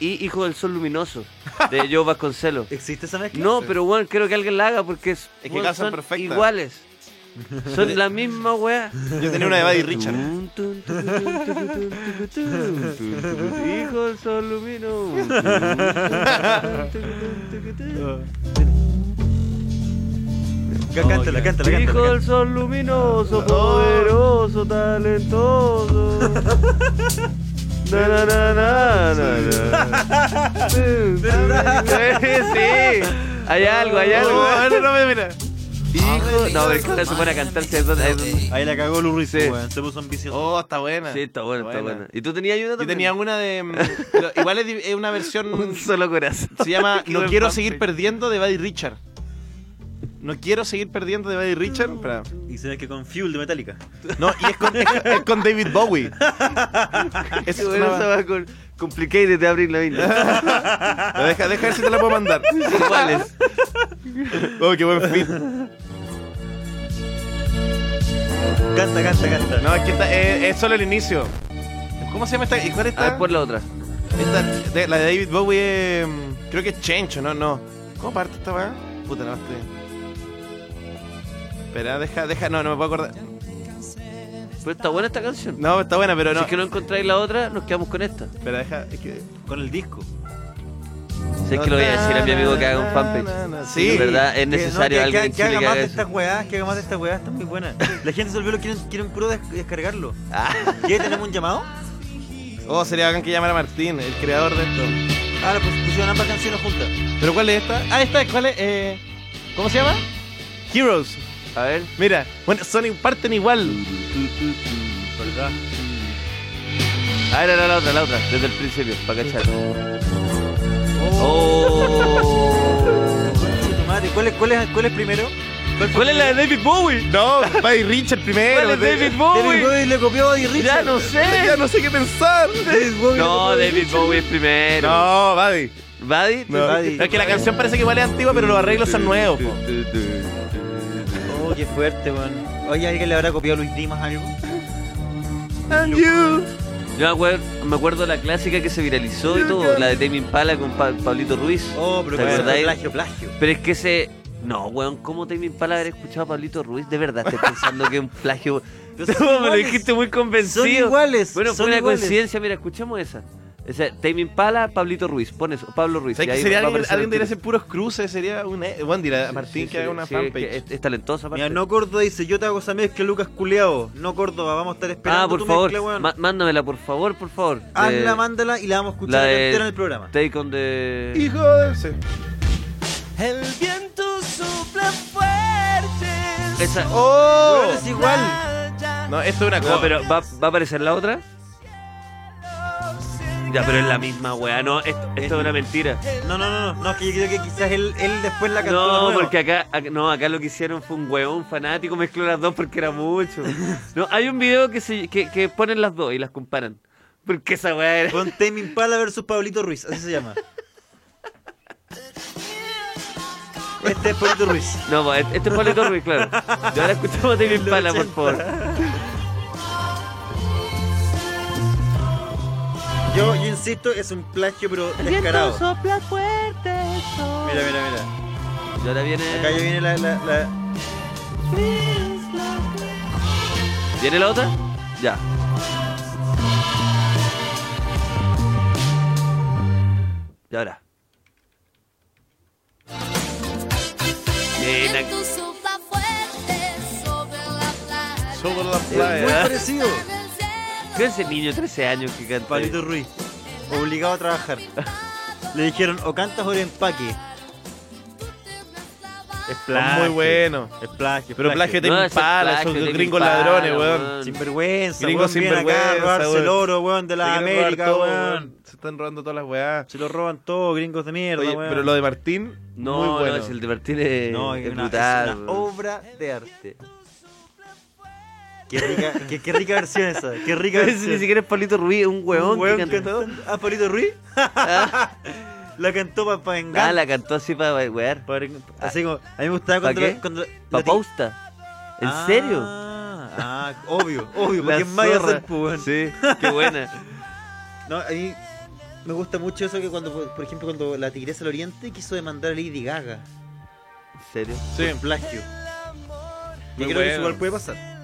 Speaker 18: Y Hijo del Sol Luminoso, de Joe
Speaker 15: [LAUGHS]
Speaker 18: Vasconcelos.
Speaker 4: ¿Existe esa mezcla?
Speaker 18: No, pero bueno, creo que alguien la haga porque es,
Speaker 15: Es que
Speaker 18: weón,
Speaker 15: calzan
Speaker 18: son
Speaker 15: perfecta. [LAUGHS]
Speaker 18: iguales. Son la misma weá.
Speaker 15: Yo tenía una de Buddy Richard.
Speaker 18: Hijo del Sol
Speaker 15: [LAUGHS]
Speaker 18: Luminoso.
Speaker 4: Cántala, cántala,
Speaker 18: Hijo
Speaker 4: cántala.
Speaker 18: del sol luminoso,
Speaker 15: [LAUGHS]
Speaker 18: poderoso, talentoso. Na, na, na, na, na,
Speaker 15: [LAUGHS]
Speaker 18: na. Sí, sí. Hay algo, hay algo.
Speaker 15: Oh, No, no, no, mira.
Speaker 18: Hijo. No, pero es que no se pone a cantar. si es donde- ahí es donde-
Speaker 4: Ahí la cagó Lurri,
Speaker 18: Sí.
Speaker 4: weón. Se puso ambicioso.
Speaker 15: Oh, está buena.
Speaker 18: Sí, está bueno, está
Speaker 15: Buena.
Speaker 18: bueno. ¿Y tú tenías ayuda
Speaker 15: Yo
Speaker 18: también?
Speaker 15: tenía una de. mm, pero igual es, di- es una versión.
Speaker 18: [LAUGHS] un solo corazón.
Speaker 15: Se
Speaker 18: [LAUGHS]
Speaker 15: llama
Speaker 18: Qué
Speaker 15: No
Speaker 18: buen
Speaker 15: quiero
Speaker 18: fanpage.
Speaker 15: seguir perdiendo de Buddy Richard. No quiero seguir perdiendo de Buddy Richard. Espera.
Speaker 4: Y se ve que con Fuel de Metallica.
Speaker 15: No, y es con, es con- es con David
Speaker 18: [LAUGHS]
Speaker 15: Bowie.
Speaker 18: Qué
Speaker 15: Esa es
Speaker 18: bueno,
Speaker 15: una-
Speaker 18: esa va con Complicated de Abril Lavigne.
Speaker 15: [LAUGHS] No, Deja, deja ver si te la puedo mandar.
Speaker 18: Iguales.
Speaker 15: [LAUGHS] Oh, qué buen fit.
Speaker 4: Canta, canta, canta.
Speaker 15: No, es que esta- es, es solo el inicio. ¿Cómo se llama esta? ¿Y cuál es
Speaker 18: A
Speaker 15: esta?
Speaker 18: ver, por la otra.
Speaker 15: Esta- de- la de David Bowie, eh, mm, creo que es Chencho, no, no. ¿Cómo parte esta weá? Puta, no estoy. Espera, deja, deja, no, no me puedo acordar.
Speaker 18: Pero está buena esta canción.
Speaker 15: No, está buena, pero
Speaker 18: Si
Speaker 15: no.
Speaker 18: es que no encontráis la otra, nos quedamos con esta.
Speaker 15: Espera, deja, es que.
Speaker 4: Con el disco.
Speaker 18: Si es que lo voy a decir a mi amigo que haga un fanpage.
Speaker 15: Sí.
Speaker 18: De verdad,
Speaker 4: Que-
Speaker 18: es
Speaker 4: no,
Speaker 18: necesario
Speaker 4: que-
Speaker 18: alguien
Speaker 4: que,
Speaker 18: en
Speaker 4: que
Speaker 18: Chile
Speaker 4: haga
Speaker 18: que
Speaker 4: más
Speaker 18: haga
Speaker 4: de
Speaker 18: eso.
Speaker 4: estas weas, que haga más de estas weas, está muy buena. La gente se olvidó, quieren, quieren puro des- descargarlo.
Speaker 18: Ah.
Speaker 4: ¿Qué? ¿Tenemos un llamado?
Speaker 15: Oh, sería bacán que llamara a Martín, el creador de esto.
Speaker 4: Ah, la pus- pusieron ambas canciones juntas.
Speaker 15: ¿Pero cuál es esta? Ah, esta, ¿cuál es? Eh, ¿Cómo se llama? Heroes.
Speaker 18: A ver.
Speaker 15: Mira, bueno, son i- parten igual.
Speaker 4: ¿Verdad?
Speaker 18: A ver, a Ah, la, la otra, la otra. Desde el principio, para cachar. Oh.
Speaker 4: Tu madre, ¿Cuál es, cuál es, cuál es primero?
Speaker 18: ¿Cuál es la de David Bowie?
Speaker 15: No, Buddy Richard primero.
Speaker 18: ¿Cuál es David
Speaker 4: David
Speaker 18: Bowie?
Speaker 4: Bowie le copió a Buddy Richard.
Speaker 18: Ya
Speaker 4: [LAUGHS]
Speaker 18: no sé.
Speaker 15: Ya no sé qué pensar.
Speaker 4: David Bowie
Speaker 18: No,
Speaker 4: le copió a
Speaker 18: David Bowie es primero.
Speaker 15: No, Buddy.
Speaker 18: ¿Buddy?
Speaker 15: No, No, es que la canción parece que igual es antigua, pero los arreglos son nuevos. po.
Speaker 4: Oh, qué fuerte, weón. Oye, ¿alguien le habrá copiado a Luis Dimas algo?
Speaker 18: Yo me acuerdo, me acuerdo la clásica que se viralizó y todo, la de Tame Impala con Pa- Pablito Ruiz.
Speaker 4: Oh, pero
Speaker 18: ¿Te
Speaker 4: que
Speaker 18: acordáis?
Speaker 4: plagio, plagio.
Speaker 18: Pero es que ese. No, weón, ¿cómo Tame Impala haber escuchado a Pablito Ruiz? De verdad, estás pensando que es un plagio.
Speaker 4: [LAUGHS] Pero
Speaker 18: No,
Speaker 4: son
Speaker 18: [LAUGHS] me lo
Speaker 4: iguales.
Speaker 18: dijiste muy convencido.
Speaker 4: Son iguales.
Speaker 18: Bueno, fue
Speaker 4: son
Speaker 18: una
Speaker 4: iguales.
Speaker 18: coincidencia, mira, escuchemos esa. O sea, Tame Impala, Pablito Ruiz, pon eso, Pablo Ruiz.
Speaker 15: ¿Sabes
Speaker 18: y
Speaker 15: que
Speaker 18: ahí
Speaker 15: sería
Speaker 18: va a
Speaker 15: alguien,
Speaker 18: aparecer
Speaker 15: alguien
Speaker 18: el
Speaker 15: debería
Speaker 18: tiro.
Speaker 15: hacer puros cruces? Sería un. eh, Bueno, dile a Martín
Speaker 18: Sí,
Speaker 15: que haga una
Speaker 18: sí, es,
Speaker 15: fanpage.
Speaker 18: que es, es talentosa, aparte.
Speaker 4: Mira, no Córdoba dice, yo te hago esa mezcla, Lucas Culeado. No Córdoba, vamos a estar esperando
Speaker 18: ah, por
Speaker 4: tu
Speaker 18: favor,
Speaker 4: mezcla, weón.
Speaker 18: ma- mándamela, por favor, por favor.
Speaker 15: Ah,
Speaker 4: Hazla,
Speaker 18: De-
Speaker 4: mándala y la vamos a
Speaker 18: la
Speaker 4: escuchar
Speaker 18: de-
Speaker 4: entera en el programa.
Speaker 18: Take on the...
Speaker 15: Hijo de. sí.
Speaker 19: El viento sopla fuerte.
Speaker 18: Esa...
Speaker 15: ¡Oh!
Speaker 4: Weón, es igual.
Speaker 15: No, esto es una cosa.
Speaker 18: No, pero ¿va, va a aparecer la otra? Ya, pero es la misma, weá. No, esto, esto es una mentira.
Speaker 4: No, no, no, no, no, es que yo creo que quizás él, él después la cantó. de
Speaker 18: No,
Speaker 4: nuevo.
Speaker 18: porque acá, ac- no, acá lo que hicieron fue un weón fanático, mezcló las dos porque era mucho. No, hay un video que, se, que, que ponen las dos y las comparan. Porque esa weá era...
Speaker 4: Con Tame Impala versus Pablito Ruiz, así se llama. Este es Pablito Ruiz.
Speaker 18: No, pues, este este es Pablito Ruiz, claro. Ya ahora escuchamos a Tame Impala, por favor.
Speaker 4: Yo, yo insisto, es un plagio, pero descarado. Mira, mira, mira.
Speaker 18: Y ahora viene...
Speaker 4: Acá ya viene la, la, la-
Speaker 18: ¿Viene la otra? Ya. Y ahora. Bien, ac-
Speaker 15: Sobre la
Speaker 4: es muy
Speaker 15: playa.
Speaker 4: parecido.
Speaker 18: ¿qué es ese niño de 13 años que canta?
Speaker 4: Pablito Ruiz, obligado a trabajar. Le dijeron, o cantas o el empaque. Es plagio.
Speaker 15: Muy bueno.
Speaker 4: Es plagio.
Speaker 15: Pero plagio te
Speaker 18: No, ese es
Speaker 15: impala,
Speaker 18: plagio,
Speaker 15: esos
Speaker 18: Tame
Speaker 15: gringos
Speaker 18: Impala,
Speaker 15: ladrones, weón.
Speaker 18: weón.
Speaker 4: Sinvergüenza,
Speaker 15: Gringo
Speaker 4: weón, vienen acá a
Speaker 15: sinvergüenza,
Speaker 4: robarse
Speaker 15: weón.
Speaker 4: el oro, weón, de la
Speaker 15: Se quieren robar
Speaker 4: América,
Speaker 15: todo,
Speaker 4: weón.
Speaker 15: Se están robando todas las weas.
Speaker 4: Se lo roban todo, gringos de mierda,
Speaker 15: Oye,
Speaker 4: weón.
Speaker 15: pero lo de Martín,
Speaker 18: No,
Speaker 4: Muy bueno.
Speaker 18: no, es el divertir es,
Speaker 4: No, es
Speaker 18: es
Speaker 4: una-
Speaker 18: brutal.
Speaker 4: es una
Speaker 18: weón.
Speaker 4: obra de arte. Qué rica, qué, qué rica versión esa. Qué
Speaker 18: [LAUGHS]
Speaker 4: rica
Speaker 18: Ni
Speaker 4: versión.
Speaker 18: siquiera es Pablito Ruiz, es un huevón.
Speaker 4: Un hueón
Speaker 18: que canta.
Speaker 4: cantando. ¿Ah, Pablito
Speaker 18: [LAUGHS]
Speaker 4: Ruiz? la cantó para pa vengar.
Speaker 18: Ah, la cantó así para wear.
Speaker 4: Así como, a mí me gustaba
Speaker 18: ¿Para
Speaker 4: cuando...
Speaker 18: qué?
Speaker 4: la- cuando la-
Speaker 18: Pa'
Speaker 4: la ti-
Speaker 18: Pausta. ¿En
Speaker 4: Ah,
Speaker 18: serio? [LAUGHS]
Speaker 4: Ah, obvio, obvio.
Speaker 18: La
Speaker 4: Porque es Maya
Speaker 18: zorra.
Speaker 4: Serpo, weón.
Speaker 18: Sí, qué buena.
Speaker 4: No, a mí me gusta mucho eso que cuando, por ejemplo, cuando la Tigresa del Oriente quiso demandar a Lady Gaga.
Speaker 18: ¿En serio?
Speaker 4: Sí. Por plagio. Yo creo que
Speaker 18: Muy
Speaker 4: eso
Speaker 18: bueno. ¿Mm?
Speaker 4: igual puede pasar.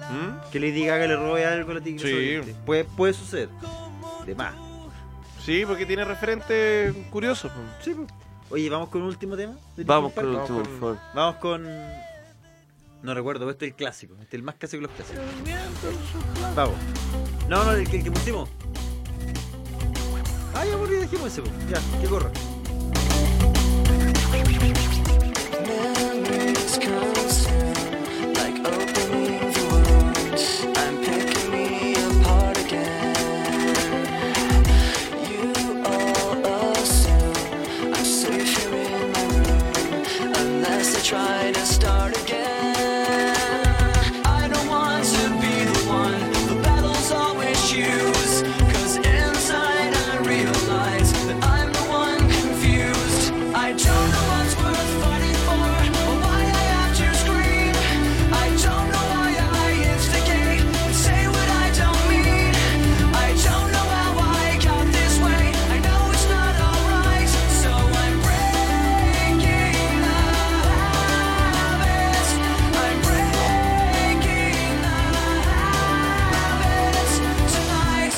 Speaker 4: Que Lady Gaga le robe algo a la Tigresa del Oriente. Puede, puede suceder. De más.
Speaker 15: Sí, porque tiene referente curioso.
Speaker 4: Sí, pues. Oye, ¿vamos con un último tema? de
Speaker 18: Vamos
Speaker 4: Linkin
Speaker 18: con el
Speaker 4: Park?
Speaker 18: último, por favor.
Speaker 4: Vamos con... No recuerdo, este es el clásico. Este es el más clásico de los clásicos. Vamos. No, no, el que, el que pusimos. Ah, ya volví, dejemos ese. po. Ya, que corra.
Speaker 7: Memories consume, like opening the wound. I'm picking me apart again. You all assume I'm safe here in my room, unless I try to start again. I don't want to be the one the battles always choose. 'Cause inside I realize that I'm the one confused. I don't know what's worth fighting for or why I have to scream. I don't know why I instigate and say what I don't mean. I don't know how I got this way. I know it's not alright, so I'm breaking the habits. I'm breaking the habits tonight.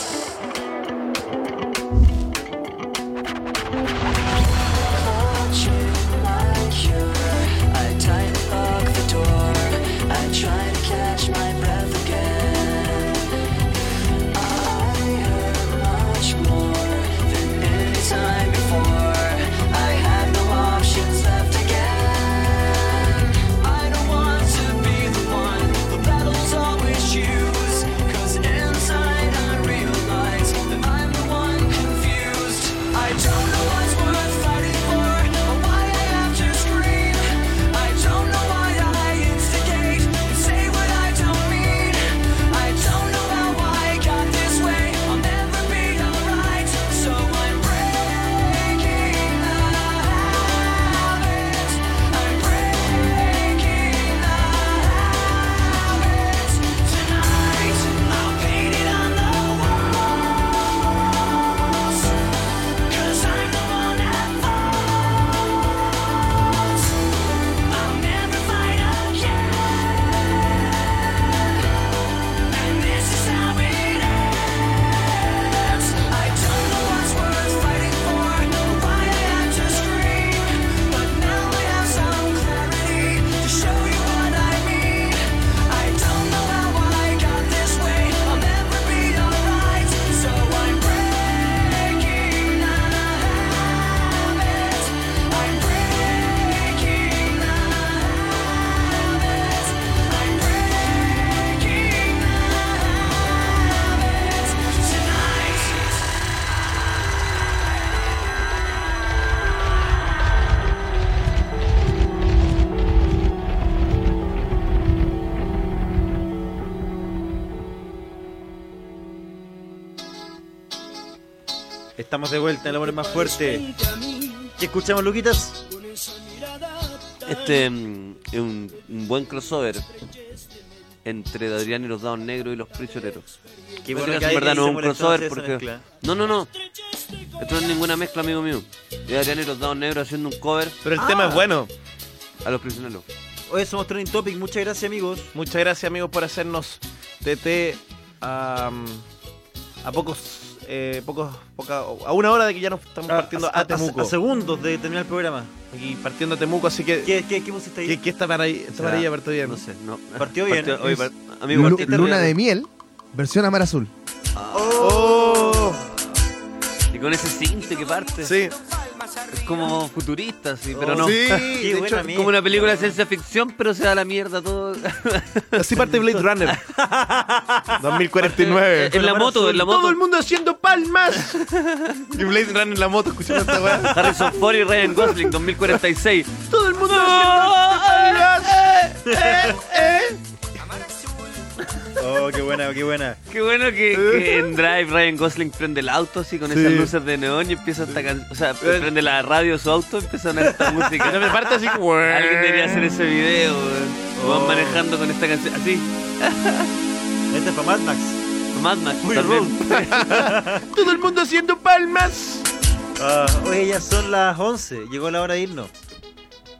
Speaker 7: I try to lock the door. I try to catch my breath again. I hurt much more than any time before. I have no options left again. I don't want to be the one the battles always choose. 'Cause inside I realize that I'm the one confused. I don't know what's worth fighting for or why I have to scream. I don't know why I instigate and say what I don't mean. I don't know how I got this way. I'll never be alright, so I'm breaking the habits. I'm breaking the habits tonight. I'll paint it on the walls, 'cause I'm the one at fault. I'll never fight again, and this is how it ends. I don't know what's worth fighting for, or why I had to scream, but now I have some clarity to show you what I mean. I don't know how I got this way. I'll never be alright, so I'm breaking the habits. I'm breaking the habits. I'm breaking the habits tonight.
Speaker 4: Estamos de vuelta en el hombre más fuerte. ¿Qué escuchamos, Luquitas?
Speaker 18: Este mm, es un, un buen crossover entre Adrián y los Dados Negros y los Prisioneros.
Speaker 4: Qué
Speaker 18: Mentira,
Speaker 4: bueno
Speaker 18: en
Speaker 4: que alguien
Speaker 18: verdad no
Speaker 4: se
Speaker 18: es un
Speaker 4: molestó
Speaker 18: crossover
Speaker 4: hacer esa
Speaker 18: porque
Speaker 4: mezcla.
Speaker 18: no no no esto no es ninguna mezcla amigo mío. Es Adrián y los Dados Negros haciendo un cover.
Speaker 15: Pero el tema es bueno.
Speaker 18: A los Prisioneros.
Speaker 4: Hoy somos Trending Topic. Muchas gracias, amigos.
Speaker 15: Muchas gracias, amigos, por hacernos TT am, a pocos. eh, pocos poca- a una hora de que ya nos
Speaker 18: Ah,
Speaker 4: Ah,
Speaker 15: estamos partiendo a,
Speaker 4: a-
Speaker 15: Temuco.
Speaker 4: a segundos de terminar el programa.
Speaker 15: Y partiendo a Temuco, así que.
Speaker 4: ¿Qué, qué, qué pusiste ahí?
Speaker 15: ¿Qué, qué esta maravilla, esta
Speaker 18: O sea,
Speaker 15: maravilla partió bien?
Speaker 18: No sé, no.
Speaker 4: Partió bien.
Speaker 18: oye, par- amigo,
Speaker 1: Lu-
Speaker 18: partiste
Speaker 1: Luna
Speaker 18: bien. ¿eh?
Speaker 1: de miel, versión amar azul.
Speaker 15: Oh,
Speaker 18: Y con ese cinto que parte.
Speaker 15: Sí. Oh,
Speaker 18: Es como futurista, sí, pero no.
Speaker 15: Sí,
Speaker 18: Qué
Speaker 15: de
Speaker 18: buena
Speaker 15: hecho,
Speaker 18: mierda. como una película de ciencia ficción, pero se da la mierda todo. [LAUGHS]
Speaker 15: Así parte Blade Runner. 2049.
Speaker 18: En la moto, en la moto.
Speaker 15: Todo el mundo haciendo palmas. y Blade Runner en la moto, escuchando esta weá.
Speaker 18: Harrison Ford y Ryan Gosling, 2046.
Speaker 15: Todo el mundo
Speaker 4: Oh, qué buena, qué buena.
Speaker 18: Qué bueno que, que en Drive Ryan Gosling prende el auto así con
Speaker 4: Sí.
Speaker 18: esas luces de neón y empieza esta canción. O sea, prende la radio de su auto y empieza una esta música.
Speaker 15: Pero me parte así,
Speaker 18: Alguien debería hacer ese video, weón. O van
Speaker 4: Oh.
Speaker 18: manejando con esta canción. Así.
Speaker 4: Este es para Mad Max.
Speaker 18: Mad Max.
Speaker 4: Muy
Speaker 18: también.
Speaker 15: Todo el mundo haciendo palmas.
Speaker 4: Ah, oye, ya son las 11. Llegó la hora de irnos.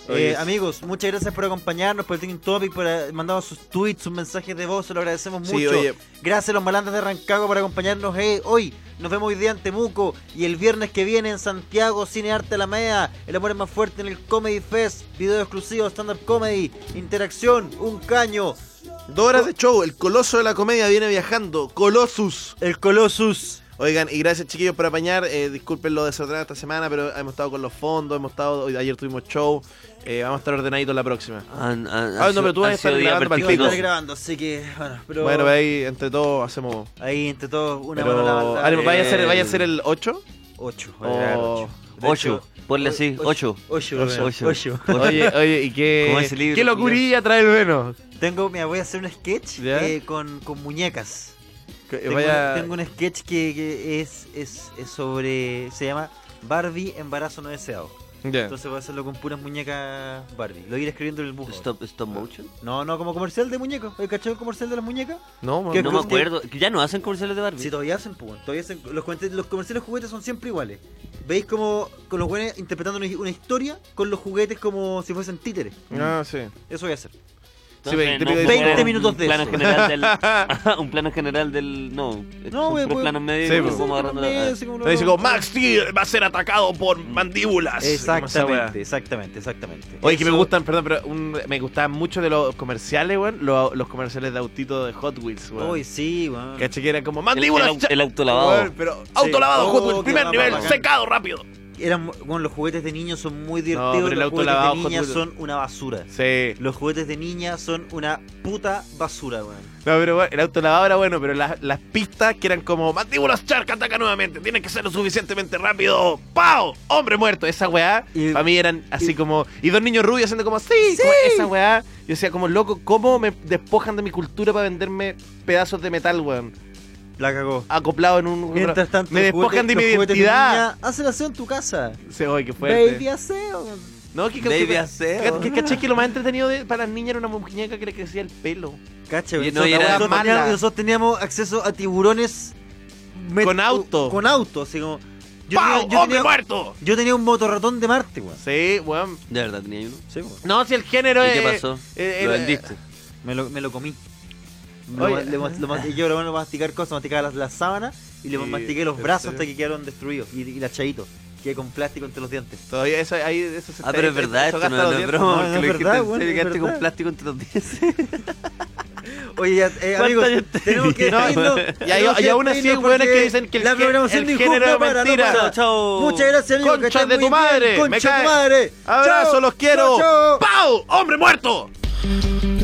Speaker 15: Oye,
Speaker 4: Eh,
Speaker 15: sí.
Speaker 4: amigos, muchas gracias por acompañarnos, por el Thinking Topic, por haber mandado sus tweets, sus mensajes de voz, se lo agradecemos
Speaker 15: Sí,
Speaker 4: mucho.
Speaker 15: oye.
Speaker 4: Gracias a los malandras de Rancagua por acompañarnos eh, hoy. Nos vemos hoy día en Temuco y el viernes que viene en Santiago, Cine Arte La Mea, El Amor es más fuerte en el Comedy Fest, videos exclusivos, stand-up comedy, interacción, un caño.
Speaker 15: Dos horas de show, el coloso de la comedia viene viajando, Colossus.
Speaker 4: El Colossus.
Speaker 15: Oigan, y gracias chiquillos por apañar, eh, disculpen lo desordenado esta semana, pero hemos estado con los fondos, hemos estado, hoy- ayer tuvimos show, eh, vamos a estar ordenaditos la próxima.
Speaker 18: Han- han-
Speaker 15: ah,
Speaker 18: han
Speaker 15: no, pero tú
Speaker 18: sido-
Speaker 15: vas
Speaker 18: han
Speaker 15: a estar
Speaker 18: sido días
Speaker 15: grabando para el
Speaker 18: vertiginosos.
Speaker 15: pico.
Speaker 4: grabando, así que bueno, pero
Speaker 15: Bueno, pero ahí entre todos hacemos...
Speaker 4: ahí entre todos una
Speaker 15: Pero-
Speaker 4: mano lavada.
Speaker 15: Ale, ¿vaya, a
Speaker 4: Eh,
Speaker 15: ser, ¿Vaya a ser el 8?
Speaker 4: 8.
Speaker 15: Oh.
Speaker 18: Ocho, ponle así, ocho.
Speaker 4: Ocho,
Speaker 18: Ocho,
Speaker 4: ocho,
Speaker 18: ocho.
Speaker 4: ocho.
Speaker 15: Oye, oye, ¿y qué,
Speaker 18: Como ese libro,
Speaker 15: qué locurilla trae el veno?
Speaker 4: Tengo, mira, voy a hacer un sketch
Speaker 15: ¿Ya?
Speaker 4: eh, con, con muñecas.
Speaker 15: Que
Speaker 4: Tengo,
Speaker 15: vaya-
Speaker 4: tengo un sketch que, que es, es, es sobre. Se llama Barbie Embarazo No Deseado.
Speaker 15: Ya.
Speaker 4: Entonces voy a hacerlo con puras muñecas Barbie. Lo iré escribiendo en el bus.
Speaker 18: Stop, stop motion.
Speaker 4: No, no, como comercial de muñecos. ¿Hay cachado el comercial de las muñecas?
Speaker 15: No,
Speaker 18: no
Speaker 4: ¿Qué
Speaker 18: me
Speaker 4: cruz-
Speaker 18: acuerdo. Ya no hacen comerciales de Barbie.
Speaker 4: Sí, todavía hacen, pues, weón. todavía hacen- los, comerciales- los comerciales de juguetes son siempre iguales. Veis como con los buenos interpretando una, una historia con los juguetes como si fuesen títeres.
Speaker 15: Ah, sí.
Speaker 4: Eso voy a hacer.
Speaker 15: Sí, ve-
Speaker 18: Entonces, no,
Speaker 15: típico de-
Speaker 18: un
Speaker 4: 20
Speaker 18: plano-
Speaker 4: minutos
Speaker 18: un
Speaker 4: de
Speaker 18: plano
Speaker 4: eso.
Speaker 18: general del [LAUGHS] Ajá, un plano general del no
Speaker 4: No, güey,
Speaker 18: son puros
Speaker 4: güey.
Speaker 18: planos medios
Speaker 15: Sí,
Speaker 18: como
Speaker 15: pues.
Speaker 18: como agarrando la-
Speaker 4: Medio, así como
Speaker 15: Entonces digo, Max Steel va a ser atacado por mandíbulas. Como esa
Speaker 4: Exactamente,
Speaker 15: wea.
Speaker 4: exactamente, exactamente.
Speaker 15: Oye, que me
Speaker 4: Eso-
Speaker 15: gustan, perdón, pero un- me gustaban mucho de los comerciales, weón. Los, los comerciales de autitos de Hot Wheels, weón.
Speaker 4: Uy, sí, weón.
Speaker 15: Caché que eran como
Speaker 18: el, el,
Speaker 15: mandíbulas.
Speaker 18: au- el auto lavado
Speaker 15: Weón, pero auto lavado,
Speaker 4: Oh,
Speaker 15: Hot Wheels,
Speaker 4: qué
Speaker 15: primer
Speaker 4: bacán,
Speaker 15: nivel,
Speaker 4: bacán.
Speaker 15: secado rápido.
Speaker 4: Eran, mu- bueno, los juguetes de niños son muy
Speaker 15: No,
Speaker 4: divertidos.
Speaker 15: pero el
Speaker 4: los
Speaker 15: auto
Speaker 4: juguetes
Speaker 15: lavado,
Speaker 4: de
Speaker 15: Hot
Speaker 4: niñas
Speaker 15: Wheels.
Speaker 4: son una basura.
Speaker 15: Sí.
Speaker 4: Los juguetes de niñas son una puta basura, weón.
Speaker 15: No, pero bueno, el auto lavado era bueno, pero las, las pistas que eran como mandíbulas Shark ataca nuevamente, tiene que ser lo suficientemente rápido. ¡Pau! ¡Hombre muerto! Esa weá, para mí eran así como. Y dos niños rubios haciendo como, sí, como esa weá. Yo decía, como loco, ¿cómo me despojan de mi cultura para venderme pedazos de metal, weón?
Speaker 4: La cagó.
Speaker 15: Acoplado en un.
Speaker 4: Mientras tanto,
Speaker 15: me
Speaker 4: los juguetes-
Speaker 15: despojan de mi
Speaker 4: los juguetes de
Speaker 15: identidad.
Speaker 4: niña, haz el aseo en tu casa.
Speaker 15: Sí, oye, qué fuerte.
Speaker 4: Baby aseo. weón.
Speaker 15: No, que
Speaker 18: Baby
Speaker 15: que-
Speaker 18: aseo.
Speaker 15: que- que- caché que lo más entretenido de- para las niñas era una muñeca que le crecía el pelo.
Speaker 4: Cacha,
Speaker 18: Y
Speaker 4: weón.
Speaker 18: no, y
Speaker 4: Nosotros
Speaker 18: era
Speaker 4: teníamos-
Speaker 15: mala.
Speaker 4: nosotros teníamos acceso a tiburones. met-
Speaker 15: Con auto.
Speaker 4: Con auto, así como.
Speaker 15: ¡Pau! ¡Oh,
Speaker 4: tenía, yo,
Speaker 15: ¡Hombre
Speaker 4: tenía,
Speaker 15: muerto!
Speaker 4: yo tenía un motorratón de Marte, weón.
Speaker 15: Sí, weón.
Speaker 18: de verdad tenía uno
Speaker 4: Sí, weón.
Speaker 15: No, si el género
Speaker 18: y qué
Speaker 15: es-
Speaker 18: pasó
Speaker 15: eh,
Speaker 18: lo
Speaker 15: era-
Speaker 18: vendiste
Speaker 4: Me lo, me lo comí. Me
Speaker 15: Oye.
Speaker 4: lo- le mas- lo mas- yo lo masticar cosas, masticaba las, las sábanas y le
Speaker 15: Sí,
Speaker 4: mastiqué los
Speaker 15: ¿en
Speaker 4: brazos
Speaker 15: serio?
Speaker 4: hasta que quedaron destruidos y, y lachaditos. Quedé con plástico entre los dientes.
Speaker 15: Todavía eso, ahí, eso se
Speaker 18: ah pero es
Speaker 15: eso-
Speaker 18: verdad
Speaker 15: eso
Speaker 18: esto
Speaker 15: gasta
Speaker 18: no, no
Speaker 15: los
Speaker 18: es
Speaker 15: dientes.
Speaker 18: broma
Speaker 4: No,
Speaker 18: porque
Speaker 4: no,
Speaker 18: lo
Speaker 4: es
Speaker 18: dijiste
Speaker 4: verdad,
Speaker 18: en
Speaker 4: bueno,
Speaker 18: serio
Speaker 4: es
Speaker 18: quedaste con
Speaker 4: verdad.
Speaker 18: plástico entre los dientes
Speaker 4: Oye, ya, eh,
Speaker 18: ¿Cuántos
Speaker 4: amigos,
Speaker 18: años
Speaker 4: tenemos que
Speaker 15: [LAUGHS]
Speaker 4: irnos.
Speaker 15: No, y, hay-
Speaker 4: tenemos
Speaker 15: y
Speaker 4: que
Speaker 15: aún así hay
Speaker 4: irnos
Speaker 15: hueones
Speaker 4: porque
Speaker 15: que dicen que el,
Speaker 4: la
Speaker 15: gen-
Speaker 4: programación
Speaker 15: el
Speaker 4: de
Speaker 15: género
Speaker 4: Injusta
Speaker 15: es
Speaker 4: para, no
Speaker 15: mentira.
Speaker 4: para.
Speaker 18: chao.
Speaker 4: Muchas gracias, amigos. que
Speaker 15: Concha
Speaker 4: estén
Speaker 15: de tu
Speaker 4: muy bien.
Speaker 15: madre, me
Speaker 4: Concha de
Speaker 15: cae.
Speaker 4: tu madre.
Speaker 15: Abrazo,
Speaker 4: Chao,
Speaker 15: los quiero.
Speaker 4: chao, chao.
Speaker 15: ¡Pau! ¡Hombre muerto!